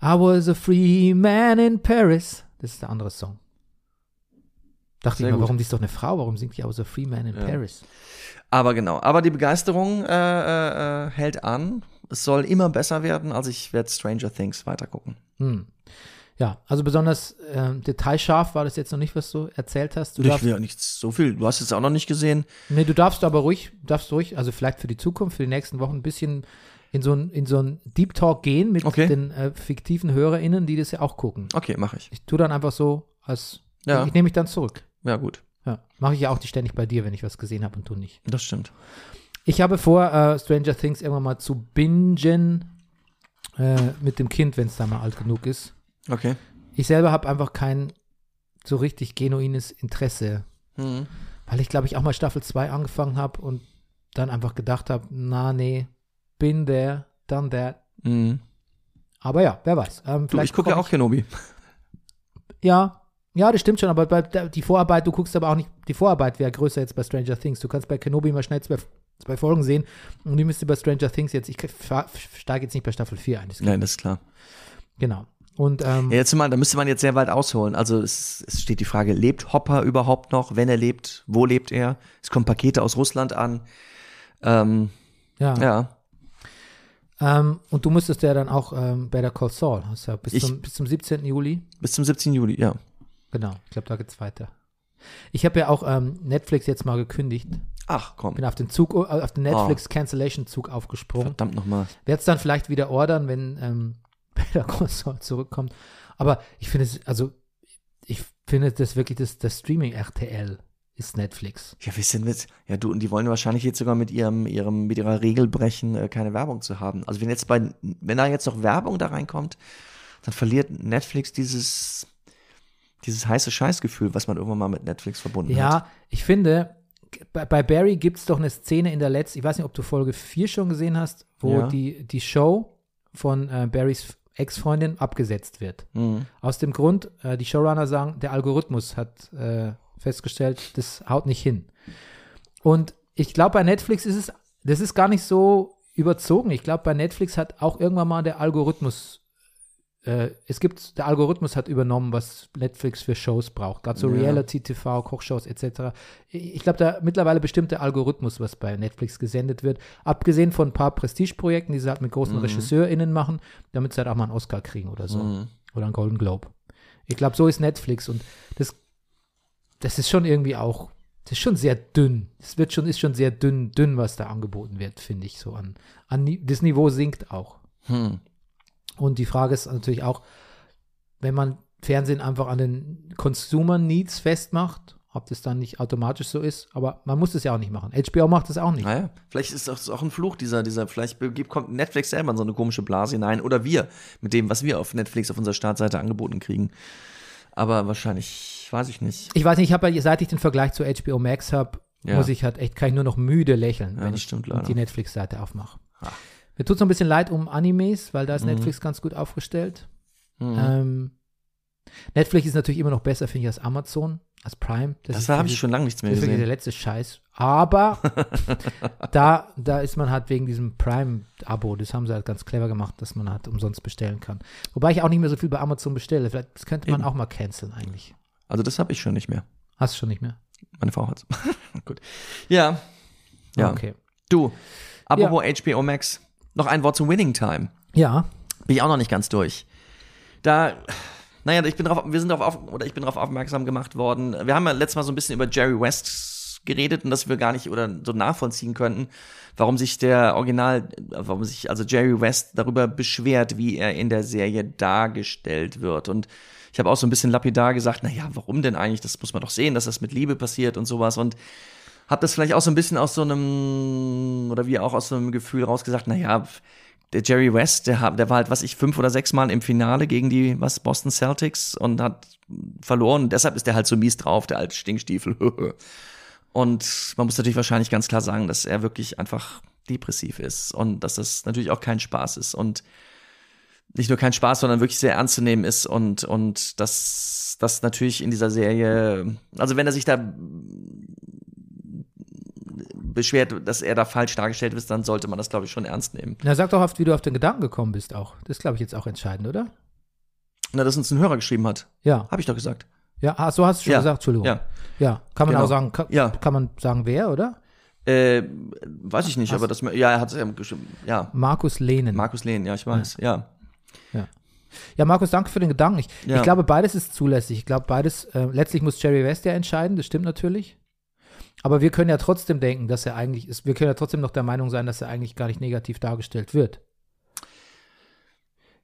Speaker 1: I was a free man in Paris. Das ist der andere Song. Dachte
Speaker 2: Sehr
Speaker 1: ich mir,
Speaker 2: gut.
Speaker 1: warum die ist doch eine Frau? Warum singt die I was a free man in
Speaker 2: Ja.
Speaker 1: Paris?
Speaker 2: Aber genau, aber die Begeisterung äh, äh, äh, hält an. Es soll immer besser werden, also ich werde Stranger Things weitergucken.
Speaker 1: Hm. Ja, also besonders ähm, detailscharf war das jetzt noch nicht, was du erzählt hast. Du
Speaker 2: Ich
Speaker 1: darfst,
Speaker 2: will ja nichts so viel. Du hast es auch noch nicht gesehen.
Speaker 1: nee, du darfst aber ruhig, darfst ruhig, also vielleicht für die Zukunft, für die nächsten Wochen ein bisschen in so ein, in so ein Deep Talk gehen mit
Speaker 2: Okay.
Speaker 1: den äh, fiktiven HörerInnen, die das ja auch gucken.
Speaker 2: Okay, mache ich.
Speaker 1: Ich tue dann einfach so, als
Speaker 2: Ja.
Speaker 1: ich nehme mich dann zurück.
Speaker 2: Ja, gut.
Speaker 1: Ja, mache ich ja auch nicht ständig bei dir, wenn ich was gesehen habe und du nicht.
Speaker 2: Das stimmt.
Speaker 1: Ich habe vor, äh, Stranger Things irgendwann mal zu bingen äh, mit dem Kind, wenn es da mal alt genug ist.
Speaker 2: Okay.
Speaker 1: Ich selber habe einfach kein so richtig genuines Interesse,
Speaker 2: Mhm.
Speaker 1: weil ich glaube ich auch mal Staffel 2 angefangen habe und dann einfach gedacht habe, na nee, been there, done that.
Speaker 2: Mhm.
Speaker 1: Aber ja, wer weiß. Ähm,
Speaker 2: Du,
Speaker 1: vielleicht
Speaker 2: ich gucke ja
Speaker 1: komm
Speaker 2: auch Kenobi.
Speaker 1: Ja, ja, das stimmt schon, aber bei, der- die Vorarbeit, du guckst aber auch nicht, die Vorarbeit wäre größer jetzt bei Stranger Things. Du kannst bei Kenobi mal schnell zwei, zwei Folgen sehen und ich müsste bei Stranger Things jetzt, ich steige jetzt nicht bei Staffel 4 ein. Das,
Speaker 2: Nein, das ist klar.
Speaker 1: Genau. Und ähm,
Speaker 2: Ja, jetzt mal, da müsste man jetzt sehr weit ausholen. Also es, es steht die Frage, lebt Hopper überhaupt noch? Wenn er lebt, wo lebt er? Es kommen Pakete aus Russland an. Ähm,
Speaker 1: ja,
Speaker 2: ja.
Speaker 1: Ähm, und du müsstest ja dann auch ähm, Better Call Saul, hast ja bis
Speaker 2: Ich-
Speaker 1: zum, bis zum 17. Juli.
Speaker 2: bis zum 17. Juli, ja.
Speaker 1: Genau, ich glaube, da geht's weiter. Ich habe ja auch ähm, Netflix jetzt mal gekündigt.
Speaker 2: Ach komm,
Speaker 1: Bin auf den Zug, äh, auf
Speaker 2: Ah.
Speaker 1: den Netflix Cancellation Zug aufgesprungen.
Speaker 2: verdammt nochmal.
Speaker 1: Werde es dann vielleicht wieder ordern, wenn ähm, Better Call Saul zurückkommt. Aber ich finde es, also ich finde das wirklich, das, das Streaming RTL ist Netflix.
Speaker 2: Ja, wir sind jetzt, ja du, und die wollen wahrscheinlich jetzt sogar mit ihrem, ihrem, mit ihrer Regel brechen, äh, keine Werbung zu haben. Also wenn jetzt bei, wenn da jetzt noch Werbung da reinkommt, dann verliert Netflix dieses, dieses heiße Scheißgefühl, was man irgendwann mal mit Netflix verbunden hat.
Speaker 1: Ja, ich finde, bei, bei Barry gibt es doch eine Szene in der letzten, ich weiß nicht, ob du Folge 4 schon gesehen hast, wo
Speaker 2: Ja.
Speaker 1: die, die Show von äh, Barrys Ex-Freundin abgesetzt wird.
Speaker 2: Mhm.
Speaker 1: Aus dem Grund, äh, die Showrunner sagen, der Algorithmus hat äh, festgestellt, das haut nicht hin. Und ich glaube, bei Netflix ist es, das ist gar nicht so überzogen. Ich glaube, bei Netflix hat auch irgendwann mal der Algorithmus, äh, es gibt, der Algorithmus hat übernommen, was Netflix für Shows braucht. Gerade so
Speaker 2: Ja.
Speaker 1: Reality-TV, Kochshows etc. Ich ich glaube, da mittlerweile bestimmt der Algorithmus, was bei Netflix gesendet wird. Abgesehen von ein paar Prestigeprojekten, die sie halt mit großen RegisseurInnen machen, damit sie halt auch mal einen Oscar kriegen oder so.
Speaker 2: Mhm.
Speaker 1: Oder einen Golden Globe. Ich glaube, so ist Netflix und das, das ist schon irgendwie auch, das ist schon sehr dünn. Es wird schon, ist schon sehr dünn, dünn, was da angeboten wird, finde ich so an, an. Ni- Das Niveau sinkt auch.
Speaker 2: Hm.
Speaker 1: Und die Frage ist natürlich auch, wenn man Fernsehen einfach an den Consumer Needs festmacht, ob das dann nicht automatisch so ist, aber man muss es ja auch nicht machen. HBO macht das auch nicht.
Speaker 2: Naja, vielleicht ist das auch ein Fluch dieser, dieser, vielleicht be- kommt Netflix selber in so eine komische Blase hinein oder wir mit dem, was wir auf Netflix auf unserer Startseite angeboten kriegen. Aber wahrscheinlich, weiß ich nicht.
Speaker 1: Ich weiß nicht, ich habe ja, seit ich den Vergleich zu HBO Max habe,
Speaker 2: Ja.
Speaker 1: muss ich halt echt, kann ich nur noch müde lächeln, wenn
Speaker 2: das
Speaker 1: ich
Speaker 2: stimmt leider.
Speaker 1: die Netflix-Seite aufmache.
Speaker 2: Ah.
Speaker 1: Mir tut es ein bisschen leid um Animes, weil da
Speaker 2: Mhm.
Speaker 1: ist Netflix ganz gut aufgestellt.
Speaker 2: Hm.
Speaker 1: Ähm, Netflix ist natürlich immer noch besser, finde ich, als Amazon, als Prime.
Speaker 2: Das
Speaker 1: ist
Speaker 2: habe
Speaker 1: diese-
Speaker 2: ich schon lange nichts mehr
Speaker 1: das ist wirklich
Speaker 2: gesehen.
Speaker 1: der letzte Scheiß. Aber da, da ist man halt wegen diesem Prime-Abo, das haben sie halt ganz clever gemacht, dass man halt umsonst bestellen kann. Wobei ich auch nicht mehr so viel bei Amazon bestelle. Vielleicht das könnte man auch mal canceln eigentlich.
Speaker 2: Also das habe ich schon nicht mehr.
Speaker 1: Hast du schon nicht mehr?
Speaker 2: Meine Frau hat's. Gut. Ja. Ja.
Speaker 1: Okay.
Speaker 2: Du, apropos HBO Max, noch ein Wort zu Winning Time.
Speaker 1: Ja,
Speaker 2: Bin ich auch noch nicht ganz durch. Da, naja, ich bin drauf, wir sind drauf auf, oder ich bin darauf aufmerksam gemacht worden. Wir haben ja letztes Mal so ein bisschen über Jerry West geredet und dass wir gar nicht oder so nachvollziehen könnten, warum sich der Original, warum sich also Jerry West darüber beschwert, wie er in der Serie dargestellt wird. Und ich habe auch so ein bisschen lapidar gesagt, naja, warum denn eigentlich? Das muss man doch sehen, dass das mit Liebe passiert und sowas. Und hab das vielleicht auch so ein bisschen aus so einem, oder wie auch aus so einem Gefühl rausgesagt, naja, der Jerry West, der, hab- der war halt, was ich, fünf oder sechs Mal im Finale gegen die, was, Boston Celtics und hat verloren. Und deshalb ist der halt so mies drauf, der alte Stinkstiefel. und man muss natürlich wahrscheinlich ganz klar sagen, dass er wirklich einfach depressiv ist und dass das natürlich auch kein Spaß ist und nicht nur kein Spaß, sondern wirklich sehr ernst zu nehmen ist und, und dass das natürlich in dieser Serie, also wenn er sich da beschwert, dass er da falsch dargestellt ist, dann sollte man das, glaube ich, schon ernst nehmen.
Speaker 1: Na, sag doch oft, wie du auf den Gedanken gekommen bist auch. Das ist, glaube ich, jetzt auch entscheidend, oder?
Speaker 2: Na, dass uns ein Hörer geschrieben hat.
Speaker 1: Ja.
Speaker 2: Habe ich doch gesagt.
Speaker 1: Ja, ah, so hast du schon
Speaker 2: Ja.
Speaker 1: gesagt, Entschuldigung.
Speaker 2: Ja.
Speaker 1: Ja, kann man
Speaker 2: Genau.
Speaker 1: auch sagen, kann,
Speaker 2: Ja.
Speaker 1: kann man sagen, wer, oder?
Speaker 2: Äh, weiß ich nicht, aber das. Ja, er hat ähm, geschrieben. Ja.
Speaker 1: Markus Lehnen.
Speaker 2: Markus Lehn, ja, ich weiß. Ja.
Speaker 1: ja, Markus, danke für den Gedanken. Ich,
Speaker 2: Ja.
Speaker 1: ich glaube, beides ist zulässig. Ich glaube, beides, äh, letztlich muss Jerry West ja entscheiden, das stimmt natürlich. Aber wir können ja trotzdem denken, dass er eigentlich ist, wir können ja trotzdem noch der Meinung sein, dass er eigentlich gar nicht negativ dargestellt wird.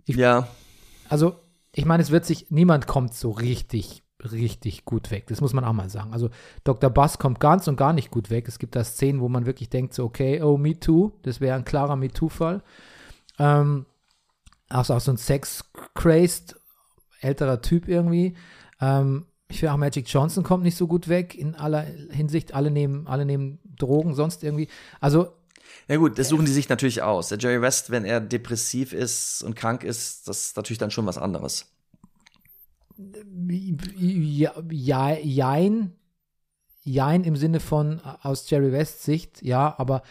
Speaker 1: Ich-
Speaker 2: Ja.
Speaker 1: Also, ich meine, es wird sich, niemand kommt so richtig, richtig gut weg. Das muss man auch mal sagen. Also, Dr. Bass kommt ganz und gar nicht gut weg. Es gibt da Szenen, wo man wirklich denkt, so, okay, oh, Me Too, das wäre ein klarer Me Too-Fall. Ähm, auch, so- auch so ein Sex-Crazed, älterer Typ irgendwie. Ähm, ich finde auch Magic Johnson kommt nicht so gut weg in aller Hinsicht. Alle nehmen, alle nehmen Drogen, sonst irgendwie. Also,
Speaker 2: Na gut, das suchen die sich natürlich aus. Der Jerry West, wenn er depressiv ist und krank ist, das ist natürlich dann schon was anderes.
Speaker 1: Ja, ja, jein, jein im Sinne von äh, aus Jerry Wests Sicht, ja, aber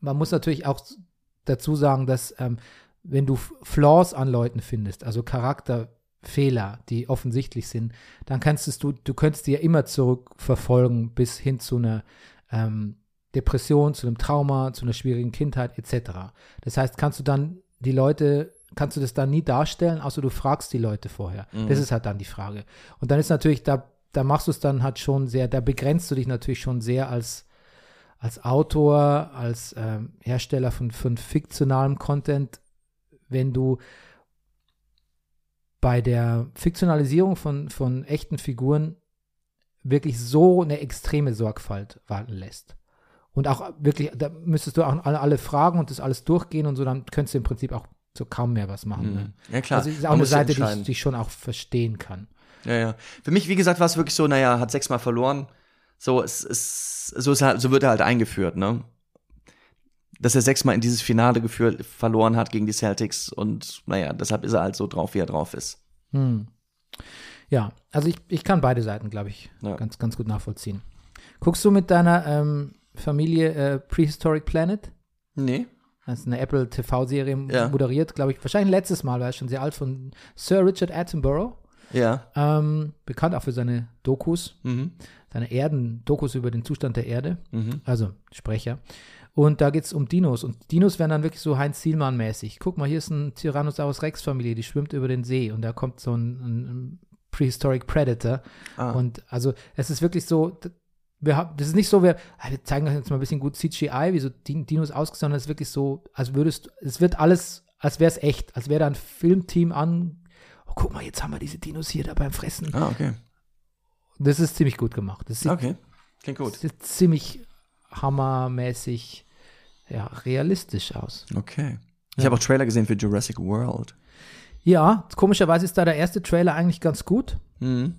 Speaker 1: man muss natürlich auch s- dazu sagen, dass ähm, wenn du F- Flaws an Leuten findest, also Charakterfehler, die offensichtlich sind, dann kannst es du, du könntest die ja immer zurückverfolgen bis hin zu einer ähm, Depression, zu einem Trauma, zu einer schwierigen Kindheit etc. Das heißt, kannst du dann die Leute, kannst du das dann nie darstellen, außer du fragst die Leute vorher. Das ist halt dann die Frage. Und dann ist natürlich, da, da machst du es dann halt schon sehr, da begrenzt du dich natürlich schon sehr als, als Autor, als ähm, Hersteller von, von fiktionalem Content, wenn du bei der Fiktionalisierung von, von echten Figuren wirklich so eine extreme Sorgfalt walten lässt. Und auch wirklich, da müsstest du auch alle, alle fragen und das alles durchgehen und so, dann könntest du im Prinzip auch so kaum mehr was machen. Ne?
Speaker 2: Ja, Mhm. klar.
Speaker 1: Also es ist auch
Speaker 2: Man
Speaker 1: eine
Speaker 2: muss sich
Speaker 1: Seite, die ich,
Speaker 2: entscheiden.
Speaker 1: die ich schon auch verstehen kann.
Speaker 2: Ja, ja. Für mich, wie gesagt, war es wirklich so, naja, hat sechsmal verloren. So, es, es, so, ist er, so wird er halt eingeführt, ne? Dass er sechsmal in dieses Finale geführt, verloren hat gegen die Celtics und naja, deshalb ist er halt so drauf, wie er drauf ist.
Speaker 1: Hm. Ja, also ich, ich kann beide Seiten, glaube ich,
Speaker 2: Ja.
Speaker 1: ganz, ganz gut nachvollziehen. Guckst du mit deiner ähm, Familie äh, Prehistoric Planet?
Speaker 2: Nee.
Speaker 1: Das ist eine Apple TV-Serie
Speaker 2: Ja.
Speaker 1: moderiert, glaube ich, wahrscheinlich letztes Mal, weil er schon sehr alt von Sir Richard Attenborough.
Speaker 2: Ja.
Speaker 1: Ähm, bekannt auch für seine Dokus,
Speaker 2: Mhm.
Speaker 1: seine Erden, Dokus über den Zustand der Erde,
Speaker 2: Mhm.
Speaker 1: also Sprecher. Und da geht es um Dinos. Und Dinos werden dann wirklich so Heinz Zielmann-mäßig. Guck mal, hier ist ein Tyrannosaurus Rex-Familie, die schwimmt über den See und da kommt so ein, ein, ein Prehistoric Predator.
Speaker 2: Ah.
Speaker 1: Und also es ist wirklich so, d- wir haben, das ist nicht so, wir, ah, wir zeigen euch jetzt mal ein bisschen gut CGI, wie so Din- Dinos ausgesehen, sondern es ist wirklich so, als würdest, es wird alles, als wäre es echt, als wäre da ein Filmteam an, oh guck mal, jetzt haben wir diese Dinos hier da beim Fressen.
Speaker 2: Ah, okay.
Speaker 1: Das ist ziemlich gut gemacht. Das sieht,
Speaker 2: Okay. Klingt gut.
Speaker 1: das sieht ziemlich hammermäßig, ja, realistisch aus.
Speaker 2: Okay. Ich habe auch Trailer gesehen für Jurassic World.
Speaker 1: Ja, komischerweise ist da der erste Trailer eigentlich ganz gut,
Speaker 2: Mhm.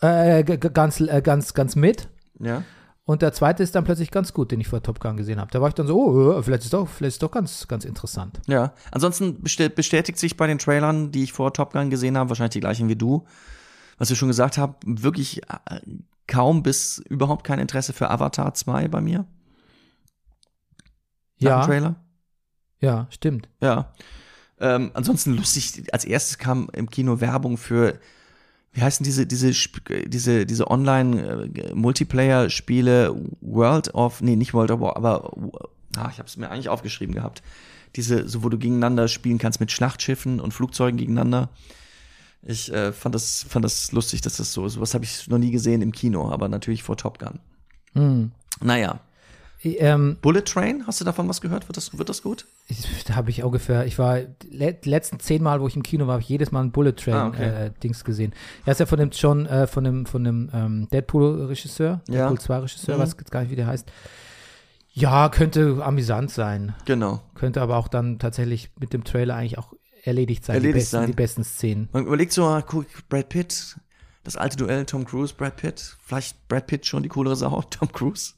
Speaker 1: äh, g- g- ganz, äh, ganz, ganz mit.
Speaker 2: Ja.
Speaker 1: Und der zweite ist dann plötzlich ganz gut, den ich vor Top Gun gesehen habe. Da war ich dann so, oh, äh, vielleicht ist doch, vielleicht ist doch ganz, ganz interessant.
Speaker 2: Ja, ansonsten bestät- bestätigt sich bei den Trailern, die ich vor Top Gun gesehen habe, wahrscheinlich die gleichen wie du, was wir schon gesagt haben, wirklich äh, kaum bis überhaupt kein Interesse für Avatar 2 bei mir. nach dem
Speaker 1: Ja,
Speaker 2: Trailer.
Speaker 1: ja, stimmt.
Speaker 2: Ja. Ähm, ansonsten lustig, als erstes kam im Kino Werbung für, wie heißen diese, diese, Sp- äh, diese, diese Online-Multiplayer-Spiele World of, nee, nicht World of War, aber, äh, ah, ich habe es mir eigentlich aufgeschrieben gehabt. Diese, so wo du gegeneinander spielen kannst mit Schlachtschiffen und Flugzeugen gegeneinander. Ich äh, fand, das, fand das lustig, dass das so ist. Sowas habe ich noch nie gesehen im Kino, aber natürlich vor Top Gun.
Speaker 1: Hm.
Speaker 2: Naja.
Speaker 1: Ich, Ähm,
Speaker 2: Bullet Train, hast du davon was gehört? Wird das, wird das gut?
Speaker 1: ich, da habe ich ungefähr, ich war le die letzten zehn Mal, wo ich im Kino war, habe ich jedes Mal ein Bullet Train
Speaker 2: Ah, okay.
Speaker 1: äh, Dings gesehen. Er ist ja von dem John, äh, von dem, von dem ähm, Deadpool-Regisseur,
Speaker 2: Ja.
Speaker 1: Deadpool 2 Regisseur,
Speaker 2: Mhm.
Speaker 1: weiß jetzt gar nicht, wie der heißt. Ja, könnte amüsant sein.
Speaker 2: Genau.
Speaker 1: Könnte aber auch dann tatsächlich mit dem Trailer eigentlich auch erledigt sein.
Speaker 2: Erledigt
Speaker 1: die, besten,
Speaker 2: sein.
Speaker 1: die besten Szenen.
Speaker 2: Man überlegt so, ah, guck, Brad Pitt, das alte Duell Tom Cruise, Brad Pitt. Vielleicht Brad Pitt schon die coolere Sau, Tom Cruise.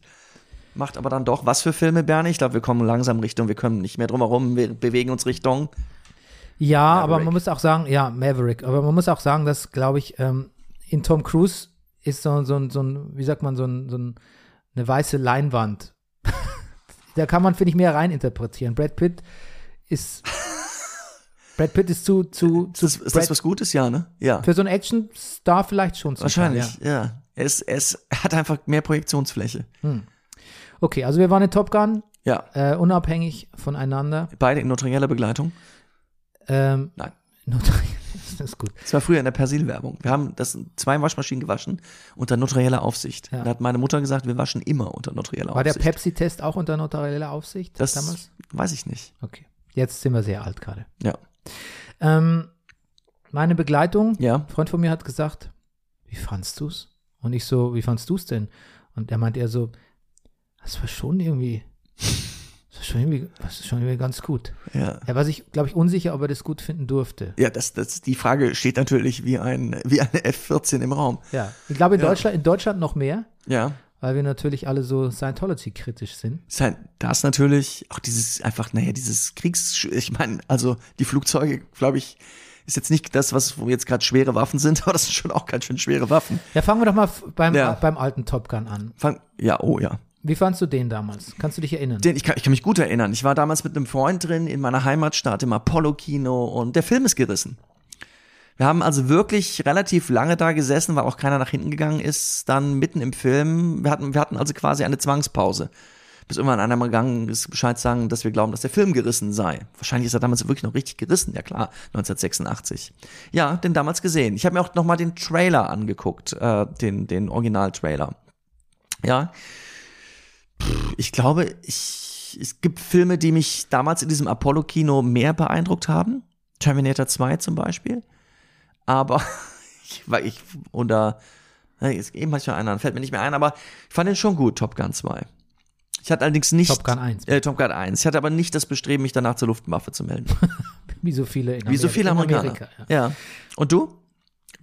Speaker 2: Macht aber dann doch was für Filme, Bernie. Ich glaube, wir kommen langsam Richtung, wir kommen nicht mehr drum herum, wir bewegen uns Richtung.
Speaker 1: Ja, aber man
Speaker 2: Maverick.
Speaker 1: muss auch sagen, ja, Maverick, aber man muss auch sagen, dass, glaube ich, ähm, in Tom Cruise ist so, so, ein- so ein, wie sagt man, so, ein, so ein, eine weiße Leinwand. da kann man, finde ich, mehr reininterpretieren. Brad Pitt ist. Brad Pitt ist zu. zu,
Speaker 2: Ist
Speaker 1: zu
Speaker 2: das, ist
Speaker 1: Brad,
Speaker 2: das was Gutes? Ja, ne? Ja.
Speaker 1: für so einen Action-Star vielleicht schon. zum
Speaker 2: Wahrscheinlich,
Speaker 1: Teil,
Speaker 2: ja. Er, ist, er, ist, er hat einfach mehr Projektionsfläche.
Speaker 1: ja. Okay, also wir waren in Top Gun,
Speaker 2: Ja.
Speaker 1: äh, unabhängig voneinander.
Speaker 2: Beide in notarieller Begleitung.
Speaker 1: Ähm,
Speaker 2: Nein.
Speaker 1: das ist gut.
Speaker 2: Das war früher in der Persil-Werbung. Wir haben das zwei Waschmaschinen gewaschen unter notarieller Aufsicht.
Speaker 1: Ja.
Speaker 2: Da hat meine Mutter gesagt, wir waschen immer unter notarieller
Speaker 1: War der
Speaker 2: Aufsicht.
Speaker 1: Pepsi-Test auch unter notarieller Aufsicht
Speaker 2: das
Speaker 1: damals?
Speaker 2: weiß ich nicht.
Speaker 1: Okay. Jetzt sind wir sehr alt gerade.
Speaker 2: Ja.
Speaker 1: Ähm, meine Begleitung,
Speaker 2: Ja.
Speaker 1: ein Freund von mir hat gesagt, wie fandst du's? Und ich so, wie fandst du's denn? Und er meint eher so, das war schon irgendwie, das war schon irgendwie, das ist schon irgendwie ganz gut.
Speaker 2: Ja.
Speaker 1: Er war sich, glaube ich, unsicher, ob er das gut finden durfte.
Speaker 2: Ja, das, das, die Frage steht natürlich wie ein, wie eine F14 im Raum.
Speaker 1: Ja. Ich glaube, in,
Speaker 2: Ja.
Speaker 1: Deutschland, in Deutschland noch mehr,
Speaker 2: Ja.
Speaker 1: weil wir natürlich alle so Scientology-kritisch sind.
Speaker 2: Ist halt, da ist natürlich auch dieses, einfach, naja, dieses Kriegs, ich meine, also, die Flugzeuge, glaube ich, ist jetzt nicht das, was, wo jetzt gerade schwere Waffen sind, aber das sind schon auch ganz schön schwere Waffen.
Speaker 1: Ja, fangen wir doch mal f- beim,
Speaker 2: Ja.
Speaker 1: beim alten Top Gun an.
Speaker 2: Fang, ja, oh, ja.
Speaker 1: Wie fandst du den damals? Kannst du dich erinnern?
Speaker 2: Den, ich, kann, ich kann mich gut erinnern. Ich war damals mit einem Freund drin in meiner Heimatstadt im Apollo-Kino und der Film ist gerissen. Wir haben also wirklich relativ lange da gesessen, weil auch keiner nach hinten gegangen ist. Dann mitten im Film, wir hatten, wir hatten also quasi eine Zwangspause. Bis irgendwann einer mal gegangen ist, Bescheid sagen, dass wir glauben, dass der Film gerissen sei. Wahrscheinlich ist er damals wirklich noch richtig gerissen, ja klar, 1986. Ja, den damals gesehen. Ich habe mir auch nochmal den Trailer angeguckt, äh, den, den Original-Trailer. Ja, ich glaube, ich, es gibt Filme, die mich damals in diesem Apollo-Kino mehr beeindruckt haben. Terminator 2 zum Beispiel. Aber ich war ich ne, oder na, jetzt eben hatte ich noch einen, anderen, fällt mir nicht mehr ein, aber ich fand den schon gut, Top Gun 2. Ich hatte allerdings nicht.
Speaker 1: Top Gun 1.
Speaker 2: Äh, Top Gun 1. Ich hatte aber nicht das Bestreben, mich danach zur Luftwaffe zu melden.
Speaker 1: Wie so viele in Amerika.
Speaker 2: Wie so viele
Speaker 1: in
Speaker 2: Amerikaner.
Speaker 1: Amerika, ja.
Speaker 2: ja. Und du?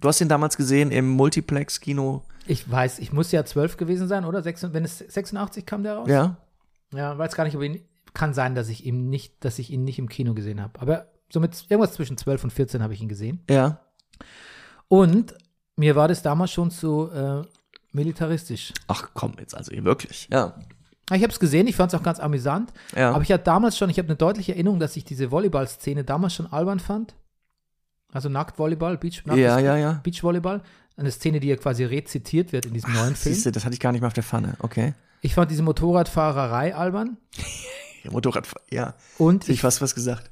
Speaker 2: Du hast ihn damals gesehen im Multiplex-Kino.
Speaker 1: Ich weiß, ich muss ja zwölf gewesen sein, oder? Sechs, wenn es 86 kam der raus?
Speaker 2: Ja.
Speaker 1: Ja, weiß gar nicht, ob ihn. Kann sein, dass ich ihn nicht, dass ich ihn nicht im Kino gesehen habe. Aber somit irgendwas zwischen 12 und 14 habe ich ihn gesehen.
Speaker 2: Ja.
Speaker 1: Und mir war das damals schon zu äh, militaristisch.
Speaker 2: Ach komm, jetzt also hier wirklich. Ja.
Speaker 1: Ich habe es gesehen, ich fand es auch ganz amüsant.
Speaker 2: Ja.
Speaker 1: Aber ich hatte damals schon, ich habe eine deutliche Erinnerung, dass ich diese Volleyball-Szene damals schon albern fand. Also Nacktvolleyball, Beach, Nackt
Speaker 2: ja, ja, ja.
Speaker 1: Beachvolleyball. Eine Szene, die ja quasi rezitiert wird in diesem neuen Film.
Speaker 2: Siehste, das hatte ich gar nicht mehr auf der Pfanne. Okay.
Speaker 1: Ich fand diese Motorradfahrerei albern.
Speaker 2: Ja, Motorrad, ja.
Speaker 1: Und
Speaker 2: Hätte ich fast was gesagt.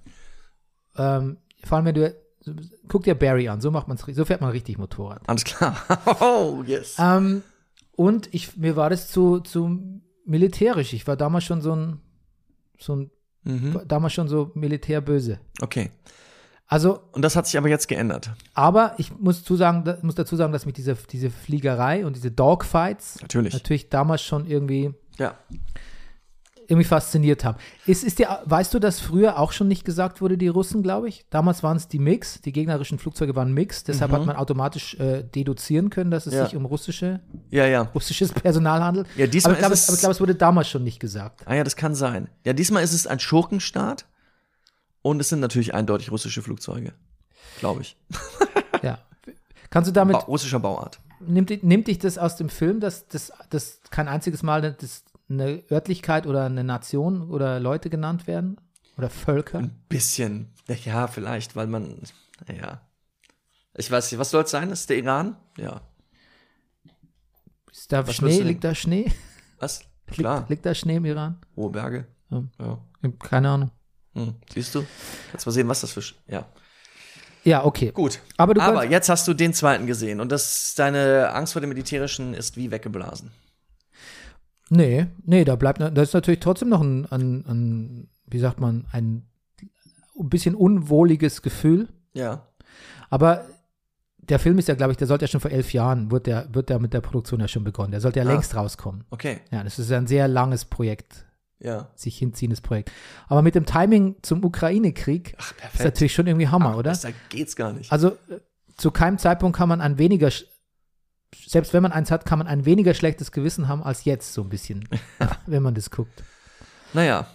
Speaker 1: ähm, vor allem, wenn du, guck dir Barry an, so macht man's, ri- so fährt man richtig Motorrad.
Speaker 2: Alles klar. Oh, yes.
Speaker 1: Ähm, und ich, mir war das zu, zu militärisch. Ich war damals schon so ein, so ein,
Speaker 2: Hm?
Speaker 1: war damals schon so militärböse.
Speaker 2: Mhm. Okay.
Speaker 1: Also,
Speaker 2: Und das hat sich aber jetzt geändert.
Speaker 1: aber ich muss, zusagen, da- muss dazu sagen, dass mich diese, diese Fliegerei und diese Dogfights
Speaker 2: Natürlich.
Speaker 1: natürlich damals schon irgendwie
Speaker 2: Ja.
Speaker 1: irgendwie fasziniert haben. Ist, ist dir, weißt du, dass früher auch schon nicht gesagt wurde, die Russen, glaube ich? Damals waren es die Mix, die gegnerischen Flugzeuge waren Mix, deshalb hat man automatisch äh, deduzieren können, dass es
Speaker 2: Mhm. Ja.
Speaker 1: sich um russische,
Speaker 2: Ja, ja.
Speaker 1: russisches Personal handelt.
Speaker 2: Ja, diesmal
Speaker 1: aber ich glaube,
Speaker 2: ist
Speaker 1: es,
Speaker 2: es-
Speaker 1: aber ich glaube, es wurde damals schon nicht gesagt.
Speaker 2: Ah ja, das kann sein. Ja, diesmal ist es ein Schurkenstaat und es sind natürlich eindeutig russische Flugzeuge. Glaube ich.
Speaker 1: Ja. Kannst du damit,
Speaker 2: Ba russischer Bauart.
Speaker 1: nimmt, nimmt dich das aus dem Film, dass das dass kein einziges Mal eine- das, eine Örtlichkeit oder eine Nation oder Leute genannt werden? Oder
Speaker 2: Hm.
Speaker 1: Völker?
Speaker 2: Bisschen. Ja, vielleicht, weil man. Ja. Ich weiß nicht, was soll es sein? Ist der Iran? Ja.
Speaker 1: Ist da
Speaker 2: Was würdest
Speaker 1: Schnee?
Speaker 2: du
Speaker 1: Liegt da Schnee?
Speaker 2: Was? Klar.
Speaker 1: Liegt, liegt da Schnee im Iran?
Speaker 2: Hohe Berge.
Speaker 1: Ja.
Speaker 2: Ja.
Speaker 1: Keine Ahnung.
Speaker 2: Hm. Siehst du? Jetzt mal sehen, was das für. Sch ja.
Speaker 1: Ja, okay.
Speaker 2: Gut.
Speaker 1: Aber du
Speaker 2: Aber
Speaker 1: kannst-
Speaker 2: jetzt hast du den zweiten gesehen und das, deine Angst vor dem Militärischen ist wie weggeblasen.
Speaker 1: Nee, nee, da bleibt, da ist natürlich trotzdem noch ein, ein, ein wie sagt man, ein bisschen unwohliges Gefühl.
Speaker 2: Ja.
Speaker 1: Aber der Film ist ja, glaube ich, der sollte ja schon vor elf Jahren, wird der, wird der mit der Produktion ja schon begonnen. Der sollte ja
Speaker 2: Ah.
Speaker 1: längst rauskommen.
Speaker 2: Okay.
Speaker 1: Ja, das ist ein sehr langes Projekt,
Speaker 2: Ja.
Speaker 1: sich hinziehendes Projekt. Aber mit dem Timing zum Ukraine-Krieg
Speaker 2: Ach,
Speaker 1: ist
Speaker 2: perfekt.
Speaker 1: natürlich schon irgendwie Hammer, oder?
Speaker 2: Besser geht's gar nicht.
Speaker 1: Also äh, zu keinem Zeitpunkt kann man ein weniger, sch- selbst wenn man eins hat, kann man ein weniger schlechtes Gewissen haben als jetzt so ein bisschen, wenn man das guckt.
Speaker 2: Naja.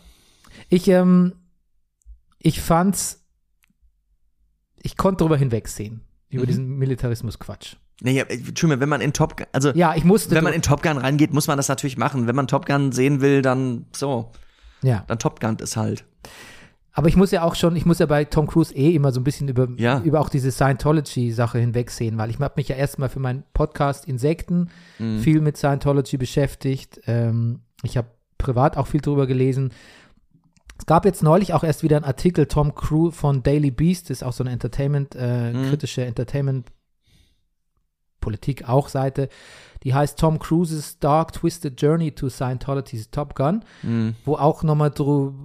Speaker 1: Ich, ähm, ich fand's, ich konnte drüber hinwegsehen, über
Speaker 2: Mhm.
Speaker 1: diesen Militarismus-Quatsch.
Speaker 2: Naja, äh, Entschuldigung, wenn man in Top Gun, also
Speaker 1: Ja, ich musste.
Speaker 2: wenn man
Speaker 1: drü-
Speaker 2: in Top Gun reingeht, muss man das natürlich machen. Wenn man Top Gun sehen will, dann so,
Speaker 1: ja,
Speaker 2: dann Top Gun ist halt.
Speaker 1: aber ich muss ja auch schon, ich muss ja bei Tom Cruise eh immer so ein bisschen über,
Speaker 2: Ja.
Speaker 1: über auch diese Scientology-Sache hinwegsehen, weil ich habe mich ja erstmal für meinen Podcast Insekten
Speaker 2: Hm, Mhm.
Speaker 1: viel mit Scientology beschäftigt. Ähm, ich habe privat auch viel drüber gelesen. Es gab jetzt neulich auch erst wieder einen Artikel Tom Cruise von Daily Beast, das ist auch so eine Entertainment, äh,
Speaker 2: Mhm.
Speaker 1: kritische Entertainment Politik auch Seite. Die heißt Tom Cruise's Dark Twisted Journey to Scientology's Top Gun,
Speaker 2: hm,
Speaker 1: wo auch nochmal so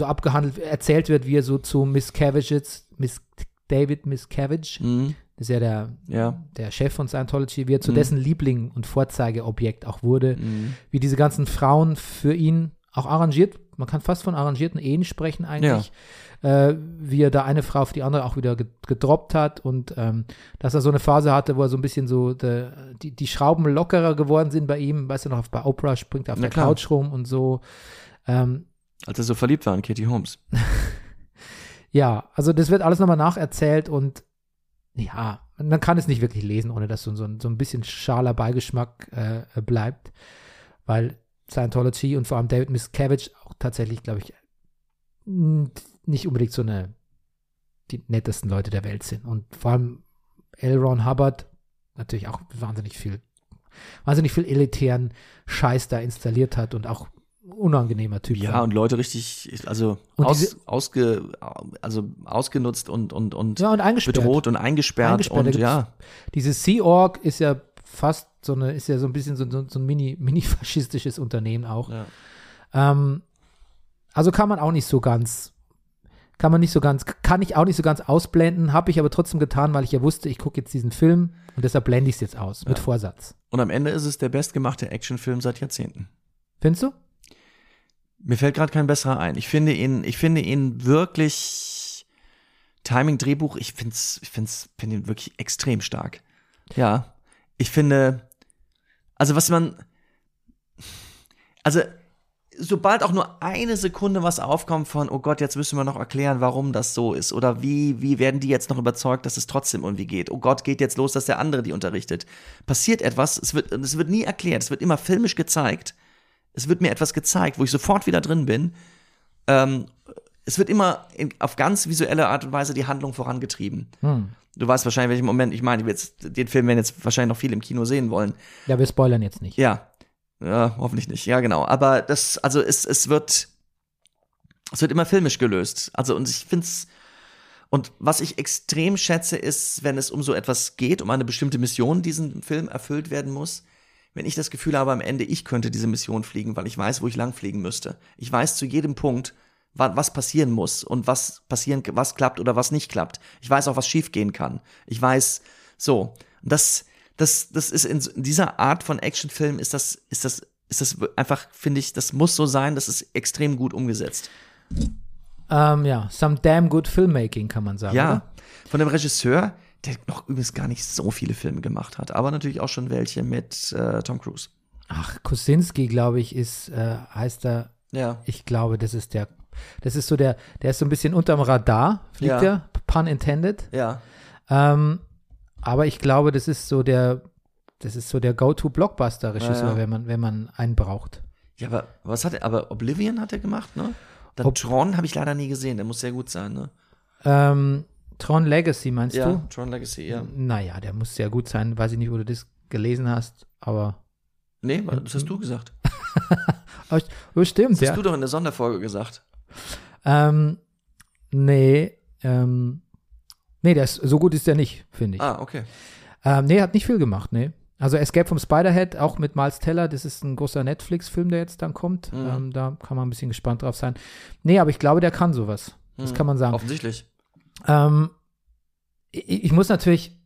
Speaker 1: abgehandelt, erzählt wird, wie er so zu Miss Cavagets, Miss David Miscavige,
Speaker 2: Mhm.
Speaker 1: das ist ja der,
Speaker 2: Ja.
Speaker 1: der Chef von Scientology, wie er zu dessen Liebling und Vorzeigeobjekt auch wurde,
Speaker 2: Mhm.
Speaker 1: wie diese ganzen Frauen für ihn auch arrangiert, man kann fast von arrangierten Ehen sprechen eigentlich, äh, wie er da eine Frau auf die andere auch wieder ge- gedroppt hat und ähm, dass er so eine Phase hatte, wo er so ein bisschen so de, die, die Schrauben lockerer geworden sind bei ihm, weißt du noch, bei Oprah springt er auf
Speaker 2: Na
Speaker 1: der
Speaker 2: klar.
Speaker 1: Couch rum und so. Ähm,
Speaker 2: Als er so verliebt war in Katie Holmes.
Speaker 1: Ja, also das wird alles nochmal nacherzählt und ja, man kann es nicht wirklich lesen, ohne dass so, so, ein- so ein bisschen schaler Beigeschmack äh, bleibt, weil Scientology und vor allem David Miscavige auch tatsächlich, glaube ich, n- nicht unbedingt so eine die nettesten Leute der Welt sind und vor allem L. Ron Hubbard natürlich auch wahnsinnig viel wahnsinnig viel elitären Scheiß da installiert hat und auch unangenehmer Typ
Speaker 2: Ja,
Speaker 1: war.
Speaker 2: und Leute richtig, also,
Speaker 1: Und
Speaker 2: aus,
Speaker 1: diese-
Speaker 2: ausge, also ausgenutzt und, und, und
Speaker 1: ja, und eingesperrt.
Speaker 2: bedroht und eingesperrt,
Speaker 1: Eingesperrt, da
Speaker 2: und
Speaker 1: gibt's-
Speaker 2: ja.
Speaker 1: Diese Sea Org ist ja fast so eine, ist ja so ein bisschen so, so, so ein mini, mini-faschistisches Unternehmen auch.
Speaker 2: ja.
Speaker 1: Ähm, also kann man auch nicht so ganz, kann man nicht so ganz, kann ich auch nicht so ganz ausblenden, habe ich aber trotzdem getan, weil ich ja wusste, ich gucke jetzt diesen Film und deshalb blende ich es jetzt aus, mit Vorsatz.
Speaker 2: Und am Ende ist es der bestgemachte Actionfilm seit Jahrzehnten.
Speaker 1: Findest du?
Speaker 2: Mir fällt gerade kein besserer ein. Ich finde ihn, ich finde ihn wirklich Timing Drehbuch, ich find's, ich find's, finde ihn wirklich extrem stark. Ja, ich finde also was man also sobald auch nur eine Sekunde was aufkommt von oh Gott, jetzt müssen wir noch erklären, warum das so ist oder wie wie werden die jetzt noch überzeugt, dass es trotzdem irgendwie geht. Oh Gott, geht jetzt los, dass der andere die unterrichtet. Passiert etwas, es wird es wird nie erklärt, es wird immer filmisch gezeigt es wird mir etwas gezeigt, wo ich sofort wieder drin bin. Ähm, es wird immer in, auf ganz visuelle Art und Weise die Handlung vorangetrieben.
Speaker 1: Hm.
Speaker 2: Du weißt wahrscheinlich, welchen Moment ich meine. Jetzt, den Film werden jetzt wahrscheinlich noch viele im Kino sehen wollen.
Speaker 1: Ja, wir spoilern jetzt nicht.
Speaker 2: Ja. ja, hoffentlich nicht. Ja, genau. Aber das, also es, es wird, es wird immer filmisch gelöst. Also und ich find's und was ich extrem schätze, ist, wenn es um so etwas geht, um eine bestimmte Mission, die in diesem Film erfüllt werden muss, wenn ich das Gefühl habe am Ende, ich könnte diese Mission fliegen, weil ich weiß, wo ich lang fliegen müsste. Ich weiß zu jedem Punkt, wa- was passieren muss und was passieren, was klappt oder was nicht klappt. Ich weiß auch, was schiefgehen kann. Ich weiß, so. Und Das, das, das ist in, so- in dieser Art von Actionfilm ist das, ist das ist das einfach, finde ich, das muss so sein, das ist extrem gut umgesetzt.
Speaker 1: Ähm, ja, some damn good filmmaking, kann man sagen.
Speaker 2: Ja,
Speaker 1: Oder?
Speaker 2: von dem Regisseur, der noch übrigens gar nicht so viele Filme gemacht hat, aber natürlich auch schon welche mit äh, Tom Cruise.
Speaker 1: Ach, Kosinski, glaube ich, ist, äh, heißt er,
Speaker 2: Ja.
Speaker 1: ich glaube, das ist der, das ist so der, der ist so ein bisschen unterm Radar, fliegt
Speaker 2: Ja.
Speaker 1: er, pun intended.
Speaker 2: Ja.
Speaker 1: Ähm, aber ich glaube, das ist so der, das ist so der Go-To-Blockbuster-Regisseur,
Speaker 2: Ja, ja.
Speaker 1: wenn man, wenn man einen braucht.
Speaker 2: Ja, aber was hat er? Aber Oblivion hat er gemacht, ne? Dann
Speaker 1: Ob-
Speaker 2: Tron habe ich leider nie gesehen, der muss sehr gut sein, ne?
Speaker 1: Ähm, Tron Legacy, meinst
Speaker 2: ja,
Speaker 1: du?
Speaker 2: Tron Legacy, ja.
Speaker 1: Naja, der muss sehr gut sein. Weiß ich nicht, wo du das gelesen hast, aber.
Speaker 2: Nee, das hast du gesagt.
Speaker 1: Oh, st- oh, stimmt,
Speaker 2: Das hast
Speaker 1: ja.
Speaker 2: du doch in der Sonderfolge gesagt.
Speaker 1: Ähm, nee, ähm, nee, der ist, so gut ist der nicht, finde ich.
Speaker 2: Ah, okay.
Speaker 1: Ähm, nee, hat nicht viel gemacht, nee. Also Escape from Spiderhead, auch mit Miles Teller, das ist ein großer Netflix-Film, der jetzt dann kommt.
Speaker 2: Mhm.
Speaker 1: Ähm, da kann man ein bisschen gespannt drauf sein. Nee, aber ich glaube, der kann sowas. Das
Speaker 2: Mhm.
Speaker 1: kann man sagen.
Speaker 2: Offensichtlich.
Speaker 1: Ähm, ich, ich muss natürlich,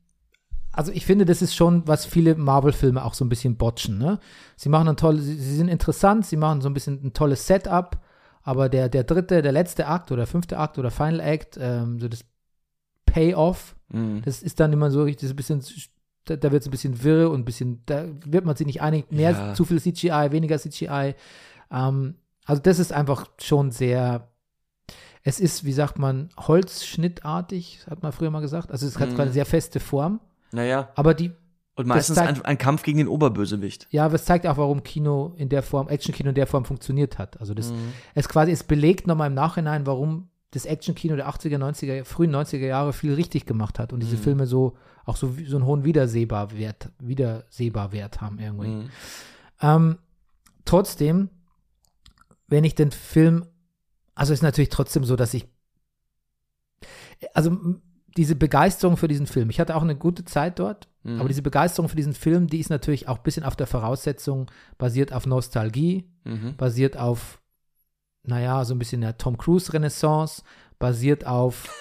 Speaker 1: also ich finde, das ist schon, was viele Marvel-Filme auch so ein bisschen botchen. Ne? Sie machen ein tolles, sie, sie sind interessant, sie machen so ein bisschen ein tolles Setup, aber der, der dritte, der letzte Akt oder fünfte Akt oder Final Act, ähm, so das Payoff,
Speaker 2: Mhm.
Speaker 1: das ist dann immer so richtig, so ein bisschen, da, da wird es ein bisschen wirr und ein bisschen, da wird man sich nicht einig, mehr
Speaker 2: Ja.
Speaker 1: zu viel CGI, weniger CGI. Ähm, also das ist einfach schon sehr, es ist, wie sagt man, holzschnittartig, hat man früher mal gesagt. Also es hat
Speaker 2: Mhm.
Speaker 1: zwar eine sehr feste Form,
Speaker 2: Naja.
Speaker 1: aber die,
Speaker 2: Und meistens
Speaker 1: zeigt-
Speaker 2: ein, ein Kampf gegen den Oberbösewicht.
Speaker 1: ja, aber es zeigt auch, warum Kino in der Form, Action-Kino in der Form funktioniert hat. Also das,
Speaker 2: Mhm.
Speaker 1: es quasi, es belegt nochmal im Nachhinein, warum das Action-Kino der 80er, 90er, frühen 90er Jahre viel richtig gemacht hat und diese
Speaker 2: Mhm.
Speaker 1: Filme so, auch so, so einen hohen Wiedersehbarwert, Wiedersehbarwert haben irgendwie.
Speaker 2: Mhm.
Speaker 1: Ähm, trotzdem, wenn ich den Film, also ist natürlich trotzdem so, dass ich, also m- diese Begeisterung für diesen Film, ich hatte auch eine gute Zeit dort,
Speaker 2: Mhm.
Speaker 1: aber diese Begeisterung für diesen Film, die ist natürlich auch ein bisschen auf der Voraussetzung, basiert auf Nostalgie,
Speaker 2: Mhm.
Speaker 1: basiert auf, naja, so ein bisschen der Tom Cruise Renaissance, basiert auf,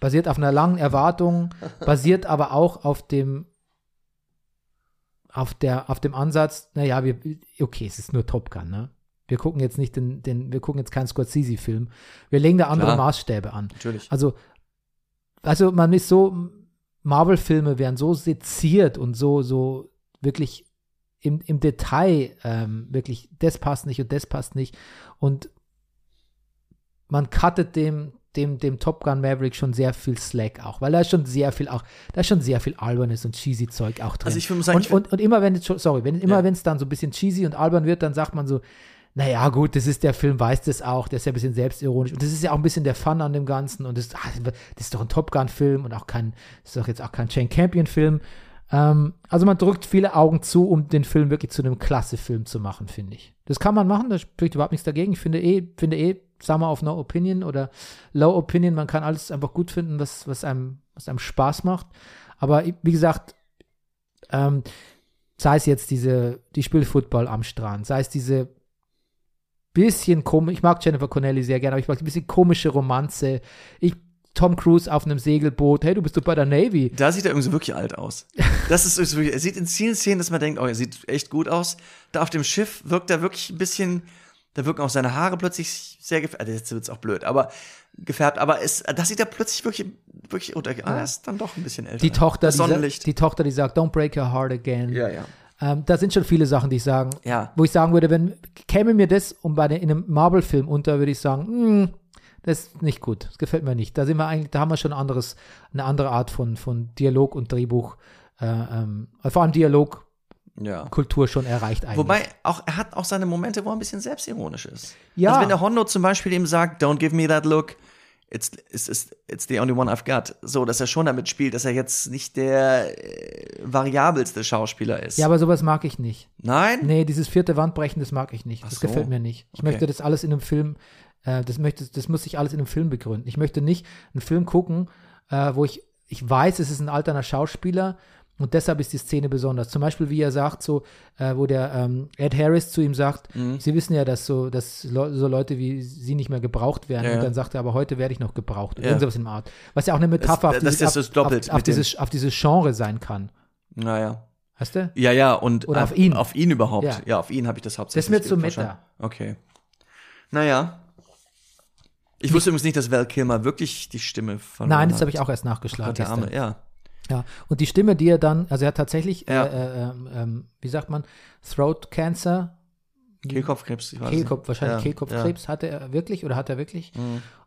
Speaker 1: basiert auf einer langen Erwartung, basiert aber auch auf dem, auf der, auf dem Ansatz, naja, wir, okay, es ist nur Top Gun, ne? Wir gucken jetzt nicht den, den wir gucken jetzt keinen Scorsese-Film. Wir legen da andere
Speaker 2: Klar.
Speaker 1: Maßstäbe an.
Speaker 2: Natürlich.
Speaker 1: Also, also man ist so, Marvel-Filme werden so seziert und so, so wirklich im, im Detail ähm, wirklich, das passt nicht und das passt nicht. Und man cuttet dem, dem, dem Top Gun Maverick schon sehr viel Slack auch, weil da ist schon sehr viel auch, da ist schon sehr viel albernes und cheesy Zeug auch drin.
Speaker 2: Also ich muss sagen,
Speaker 1: und,
Speaker 2: ich-
Speaker 1: und, und immer wenn es schon, sorry, wenn immer
Speaker 2: Ja.
Speaker 1: wenn es dann so ein bisschen cheesy und albern wird, dann sagt man so, naja, gut, das ist der Film, weiß das auch, der ist ja ein bisschen selbstironisch. Und das ist ja auch ein bisschen der Fun an dem Ganzen. Und das, ah, das ist doch ein Top Gun-Film und auch kein, das ist doch jetzt auch kein Shane Campion-Film. Ähm, also man drückt viele Augen zu, um den Film wirklich zu einem klasse Film zu machen, finde ich. Das kann man machen, da spricht überhaupt nichts dagegen. Ich finde eh, finde eh, Summer of No Opinion oder Low Opinion, man kann alles einfach gut finden, was, was, einem, was einem Spaß macht. Aber ich- wie gesagt, ähm, sei es jetzt diese, die spielt Football am Strand, sei es diese bisschen komisch, ich mag Jennifer Connelly sehr gerne, aber ich mag die bisschen komische Romanze. Ich, Tom Cruise auf einem Segelboot, hey, du bist doch bei der Navy.
Speaker 2: Da sieht er irgendwie so wirklich alt aus. Das ist irgendwie- er sieht in vielen Szenen, dass man denkt, oh, er sieht echt gut aus. Da auf dem Schiff wirkt er wirklich ein bisschen, da wirken auch seine Haare plötzlich sehr gefärbt. Also jetzt wird's auch blöd, aber gefärbt. Aber es, das sieht er plötzlich wirklich, wirklich, oder ah, er ist dann doch ein bisschen älter.
Speaker 1: Die Tochter,
Speaker 2: das
Speaker 1: die, sa-
Speaker 2: Sonnenlicht.
Speaker 1: die Tochter, die sagt, don't break your heart again.
Speaker 2: ja, ja.
Speaker 1: Ähm, da sind schon viele Sachen, die ich sagen,
Speaker 2: Ja.
Speaker 1: wo ich sagen würde, wenn käme mir das um bei den, in einem Marvel-Film unter, würde ich sagen, mm, das ist nicht gut, das gefällt mir nicht. Da sind wir eigentlich, da haben wir schon ein anderes, eine andere Art von, von Dialog und Drehbuch, äh, ähm, vor allem Dialogkultur
Speaker 2: ja.
Speaker 1: schon erreicht eigentlich.
Speaker 2: Wobei, auch, er hat auch seine Momente, wo er ein bisschen selbstironisch ist.
Speaker 1: Hm. Ja.
Speaker 2: Also wenn der Hondo zum Beispiel ihm sagt, don't give me that look, it's, it's, it's, it's the only one I've got. So, dass er schon damit spielt, dass er jetzt nicht der äh, variabelste Schauspieler ist.
Speaker 1: ja, aber sowas mag ich nicht.
Speaker 2: Nein?
Speaker 1: Nee, dieses vierte Wandbrechen, das mag ich nicht. Das
Speaker 2: so.
Speaker 1: gefällt mir nicht. Ich
Speaker 2: Okay.
Speaker 1: möchte das alles in einem Film, äh, das, möchte, das muss ich alles in einem Film begründen. Ich möchte nicht einen Film gucken, äh, wo ich, ich weiß, es ist ein alterner Schauspieler und deshalb ist die Szene besonders. Zum Beispiel, wie er sagt, so, äh, wo der ähm, Ed Harris zu ihm sagt,
Speaker 2: Mhm.
Speaker 1: Sie wissen ja, dass so, dass Le so Leute wie Sie nicht mehr gebraucht werden.
Speaker 2: Ja,
Speaker 1: und
Speaker 2: ja.
Speaker 1: dann sagt er, aber heute werde ich noch gebraucht.
Speaker 2: Ja.
Speaker 1: Irgendwas in der Art. Was ja auch eine Metapher
Speaker 2: Das- das ist das doppelt
Speaker 1: auf, auf,
Speaker 2: mit dem-
Speaker 1: dieses, auf dieses Genre sein kann.
Speaker 2: Naja.
Speaker 1: Hast du?
Speaker 2: Ja, ja, und
Speaker 1: Oder auf ihn.
Speaker 2: Auf ihn überhaupt.
Speaker 1: Ja.
Speaker 2: Ja, auf ihn habe ich das hauptsächlich.
Speaker 1: Das ist mir zu
Speaker 2: gespielt,
Speaker 1: meta.
Speaker 2: wahrscheinlich. Okay. Naja. Ich wusste übrigens nicht, dass Val Kilmer wirklich die Stimme verloren
Speaker 1: Nein, das
Speaker 2: hat.
Speaker 1: habe ich auch erst nachgeschlagen.
Speaker 2: Gott, der
Speaker 1: gestern.
Speaker 2: Arme, ja.
Speaker 1: Ja, und die Stimme, die er dann, also er hat tatsächlich,
Speaker 2: Ja.
Speaker 1: äh, äh, ähm, ähm, wie sagt man, Throat Cancer,
Speaker 2: Kehlkopfkrebs, ich weiß
Speaker 1: Kehlkopf,
Speaker 2: nicht.
Speaker 1: wahrscheinlich
Speaker 2: ja, Hm,
Speaker 1: Kehlkopfkrebs hatte er wirklich oder hat er wirklich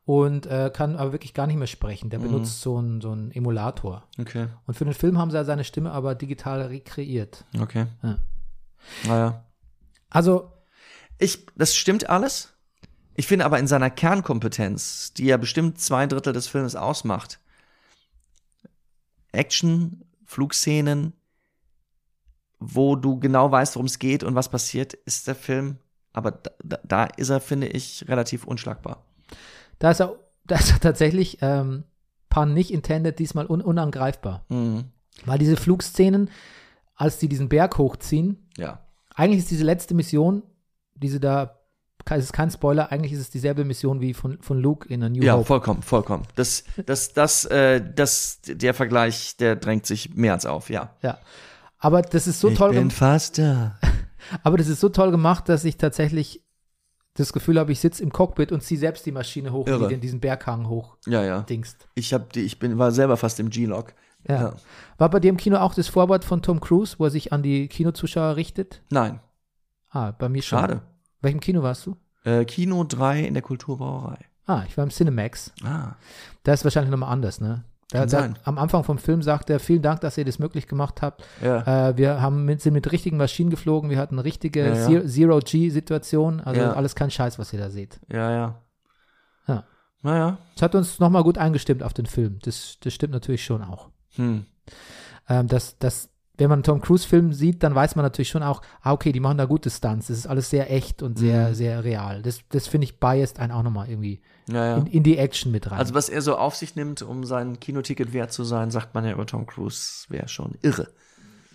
Speaker 1: und äh, kann aber wirklich gar nicht mehr sprechen.
Speaker 2: Mhm.
Speaker 1: Der benutzt so einen so einen Emulator.
Speaker 2: Ja. Okay,
Speaker 1: Und für den Film haben sie seine Stimme aber digital rekreiert.
Speaker 2: okay. Ah,
Speaker 1: Ja.
Speaker 2: Naja.
Speaker 1: Also,
Speaker 2: Ich, das stimmt alles. Ich finde aber in seiner Kernkompetenz, die ja bestimmt zwei Drittel des Filmes ausmacht, Action, Flugszenen, wo du genau weißt, worum es geht und was passiert, ist der Film. Aber da, da- da ist er, finde ich, relativ unschlagbar.
Speaker 1: da ist er, da ist er tatsächlich, ähm, Pan nicht intended, diesmal un unangreifbar.
Speaker 2: Mhm.
Speaker 1: Weil diese Flugszenen, als die diesen Berg hochziehen,
Speaker 2: Ja.
Speaker 1: Eigentlich ist diese letzte Mission, diese da, es ist kein Spoiler, eigentlich ist es dieselbe Mission wie von, von Luke in A New
Speaker 2: Ja,
Speaker 1: Hope.
Speaker 2: vollkommen, vollkommen. Das, das, das, äh, das, der Vergleich, der drängt sich mehr als auf, ja.
Speaker 1: Ja. Aber das ist so toll, gem-
Speaker 2: fast da.
Speaker 1: aber das ist so toll gemacht, dass ich tatsächlich das Gefühl habe, ich sitze im Cockpit und ziehe selbst die Maschine hoch,
Speaker 2: Irre.
Speaker 1: die in diesen Berghang hochdingst.
Speaker 2: Ja, ja. Ich hab die, ich bin, war selber fast im G-Log.
Speaker 1: Ja. War bei dir im Kino auch das Vorwort von Tom Cruise, wo er sich an die Kinozuschauer richtet?
Speaker 2: Nein,
Speaker 1: Ah, bei mir schon.
Speaker 2: schade.
Speaker 1: Welchem Kino warst du?
Speaker 2: Äh, Kino 3 in der Kulturbrauerei.
Speaker 1: Ah, ich war im Cinemax.
Speaker 2: Ah.
Speaker 1: Da ist wahrscheinlich nochmal anders, ne? Da,
Speaker 2: Kann
Speaker 1: da,
Speaker 2: sein.
Speaker 1: am Anfang vom Film sagt er, vielen Dank, dass ihr das möglich gemacht habt.
Speaker 2: Ja.
Speaker 1: Äh, wir haben mit, sind mit richtigen Maschinen geflogen, wir hatten richtige
Speaker 2: Ja, ja.
Speaker 1: Zero- Zero-G-Situation, also
Speaker 2: Ja.
Speaker 1: alles kein Scheiß, was ihr da seht.
Speaker 2: ja, ja.
Speaker 1: Ja.
Speaker 2: Naja.
Speaker 1: Das hat uns nochmal gut eingestimmt auf den Film. Das, das stimmt natürlich schon auch.
Speaker 2: Hm.
Speaker 1: Ähm, das, das, wenn man einen Tom Cruise-Film sieht, dann weiß man natürlich schon auch, ah, okay, die machen da gute Stunts. Das ist alles sehr echt und
Speaker 2: Mhm.
Speaker 1: sehr, sehr real. Das, das finde ich biased einen auch nochmal irgendwie
Speaker 2: Ja, ja.
Speaker 1: in, in die Action mit rein.
Speaker 2: Also was er so auf sich nimmt, um sein Kinoticket wert zu sein, sagt man ja über Tom Cruise, wäre schon irre.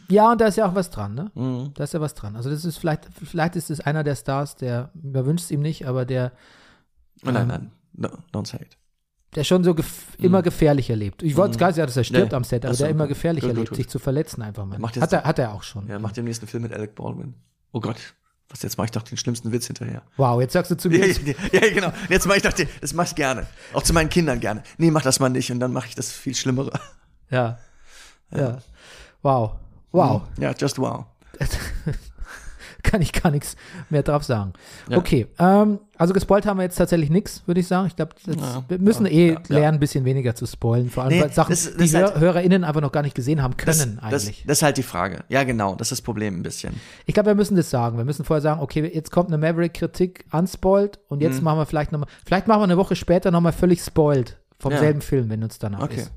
Speaker 1: ja, und da ist ja auch was dran, ne?
Speaker 2: Mhm.
Speaker 1: Da ist ja was dran. Also das ist vielleicht, vielleicht ist es einer der Stars, der, man wünscht es ihm nicht, aber der
Speaker 2: Nein, nein. No, don't hate.
Speaker 1: der schon so gef immer gefährlicher lebt. Ich wollte gar nicht sagen, dass er stirbt
Speaker 2: Mhm. Nee.
Speaker 1: am Set, aber
Speaker 2: Ach so,
Speaker 1: der immer
Speaker 2: okay.
Speaker 1: gefährlicher
Speaker 2: Gut, gut,
Speaker 1: lebt,
Speaker 2: gut.
Speaker 1: sich zu verletzen einfach mal.
Speaker 2: Macht jetzt-
Speaker 1: hat, er, hat er auch schon.
Speaker 2: Ja, macht den nächsten Film mit Alec Baldwin. Oh Gott. Was, jetzt mache ich doch den schlimmsten Witz hinterher.
Speaker 1: Wow, jetzt sagst du zu
Speaker 2: Ja,
Speaker 1: mir,
Speaker 2: ja, ja, genau. Jetzt mache ich dachte, das mache ich gerne. Auch zu meinen Kindern gerne. Nee, mach das mal nicht und dann mache ich das viel Schlimmere.
Speaker 1: ja. ja. Wow, wow.
Speaker 2: Mhm. Ja, just wow.
Speaker 1: Kann ich gar nichts mehr drauf sagen.
Speaker 2: Ja.
Speaker 1: Okay, ähm, also gespoilt haben wir jetzt tatsächlich nichts, würde ich sagen. Ich glaube, das- wir müssen eh
Speaker 2: ja, ja.
Speaker 1: lernen, ein bisschen weniger zu spoilen. Vor allem
Speaker 2: Nee,
Speaker 1: bei Sachen,
Speaker 2: das- das
Speaker 1: die
Speaker 2: ist halt-
Speaker 1: Hör HörerInnen einfach noch gar nicht gesehen haben
Speaker 2: Das,
Speaker 1: können
Speaker 2: das,
Speaker 1: eigentlich.
Speaker 2: das ist halt die Frage. Ja, genau. Das ist das Problem ein bisschen.
Speaker 1: Ich glaube, wir müssen das sagen. Wir müssen vorher sagen, okay, jetzt kommt eine Maverick-Kritik unspoiled und jetzt
Speaker 2: Mhm.
Speaker 1: machen wir vielleicht nochmal, vielleicht machen wir eine Woche später nochmal völlig spoiled vom
Speaker 2: Ja.
Speaker 1: selben Film, wenn uns danach
Speaker 2: Okay.
Speaker 1: ist.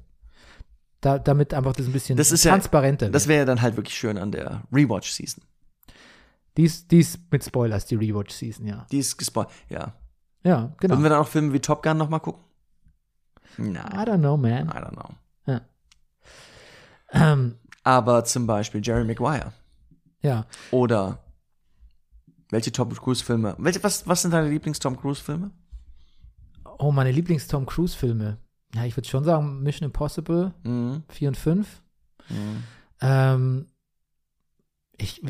Speaker 1: Da, damit einfach das ein bisschen
Speaker 2: Das ist ja-
Speaker 1: transparenter
Speaker 2: Das
Speaker 1: wird.
Speaker 2: wäre ja dann halt wirklich schön an der Rewatch-Season.
Speaker 1: Dies, dies mit Spoilers, die Rewatch-Season, ja.
Speaker 2: Die ist gespoilt. Ja.
Speaker 1: Ja, genau.
Speaker 2: Würden wir dann auch Filme wie Top Gun nochmal gucken?
Speaker 1: I
Speaker 2: Nein.
Speaker 1: don't know,
Speaker 2: I
Speaker 1: man.
Speaker 2: don't know. Ah.
Speaker 1: Ähm,
Speaker 2: Aber zum Beispiel Jerry Maguire.
Speaker 1: ja.
Speaker 2: Oder welche Tom Cruise-Filme? Welche, was, was sind deine Lieblings-Tom Cruise-Filme?
Speaker 1: Oh, meine Lieblings-Tom Cruise-Filme. Ja, ich würde schon sagen, Mission Impossible
Speaker 2: Mhm.
Speaker 1: 4 und 5.
Speaker 2: Mhm.
Speaker 1: Ähm, ich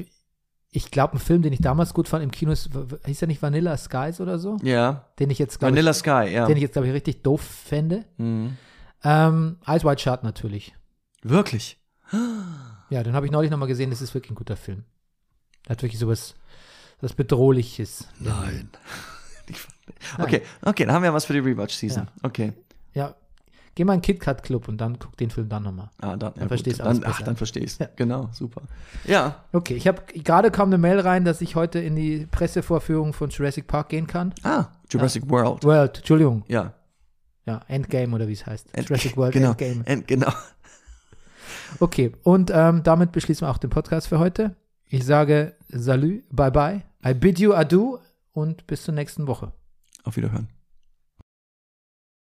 Speaker 1: ich glaube, ein Film, den ich damals gut fand im Kino, ist, w- w- hieß er nicht Vanilla Skies oder so?
Speaker 2: Ja.
Speaker 1: den ich jetzt, glaube
Speaker 2: Vanilla
Speaker 1: ich,
Speaker 2: Sky, ja.
Speaker 1: den ich jetzt, glaube ich, richtig doof fände.
Speaker 2: Mhm.
Speaker 1: Ähm, Eyes Wide Shut natürlich.
Speaker 2: Wirklich?
Speaker 1: Ja, den habe ich neulich nochmal gesehen. Das ist wirklich ein guter Film. Der hat wirklich sowas, was Bedrohliches.
Speaker 2: Nein. okay, okay, dann haben wir was für die Rewatch-Season.
Speaker 1: Ja.
Speaker 2: Okay.
Speaker 1: Ja, geh mal in den KitKat Club und dann guck den Film dann nochmal.
Speaker 2: Ah, dann, ja, gut,
Speaker 1: verstehst du alles
Speaker 2: dann, Ach,
Speaker 1: besser.
Speaker 2: dann verstehe ich
Speaker 1: Ja.
Speaker 2: Genau, super. Ja,
Speaker 1: Okay, ich habe gerade kam eine Mail rein, dass ich heute in die Pressevorführung von Jurassic Park gehen kann.
Speaker 2: ah, Jurassic World.
Speaker 1: World, Entschuldigung.
Speaker 2: Ja.
Speaker 1: Ja, Endgame oder wie es heißt.
Speaker 2: End-
Speaker 1: Jurassic World
Speaker 2: genau.
Speaker 1: Endgame.
Speaker 2: End, genau.
Speaker 1: Okay, und ähm, damit beschließen wir auch den Podcast für heute. Ich sage Salü, bye bye, I bid you adieu und bis zur nächsten Woche.
Speaker 2: Auf Wiederhören.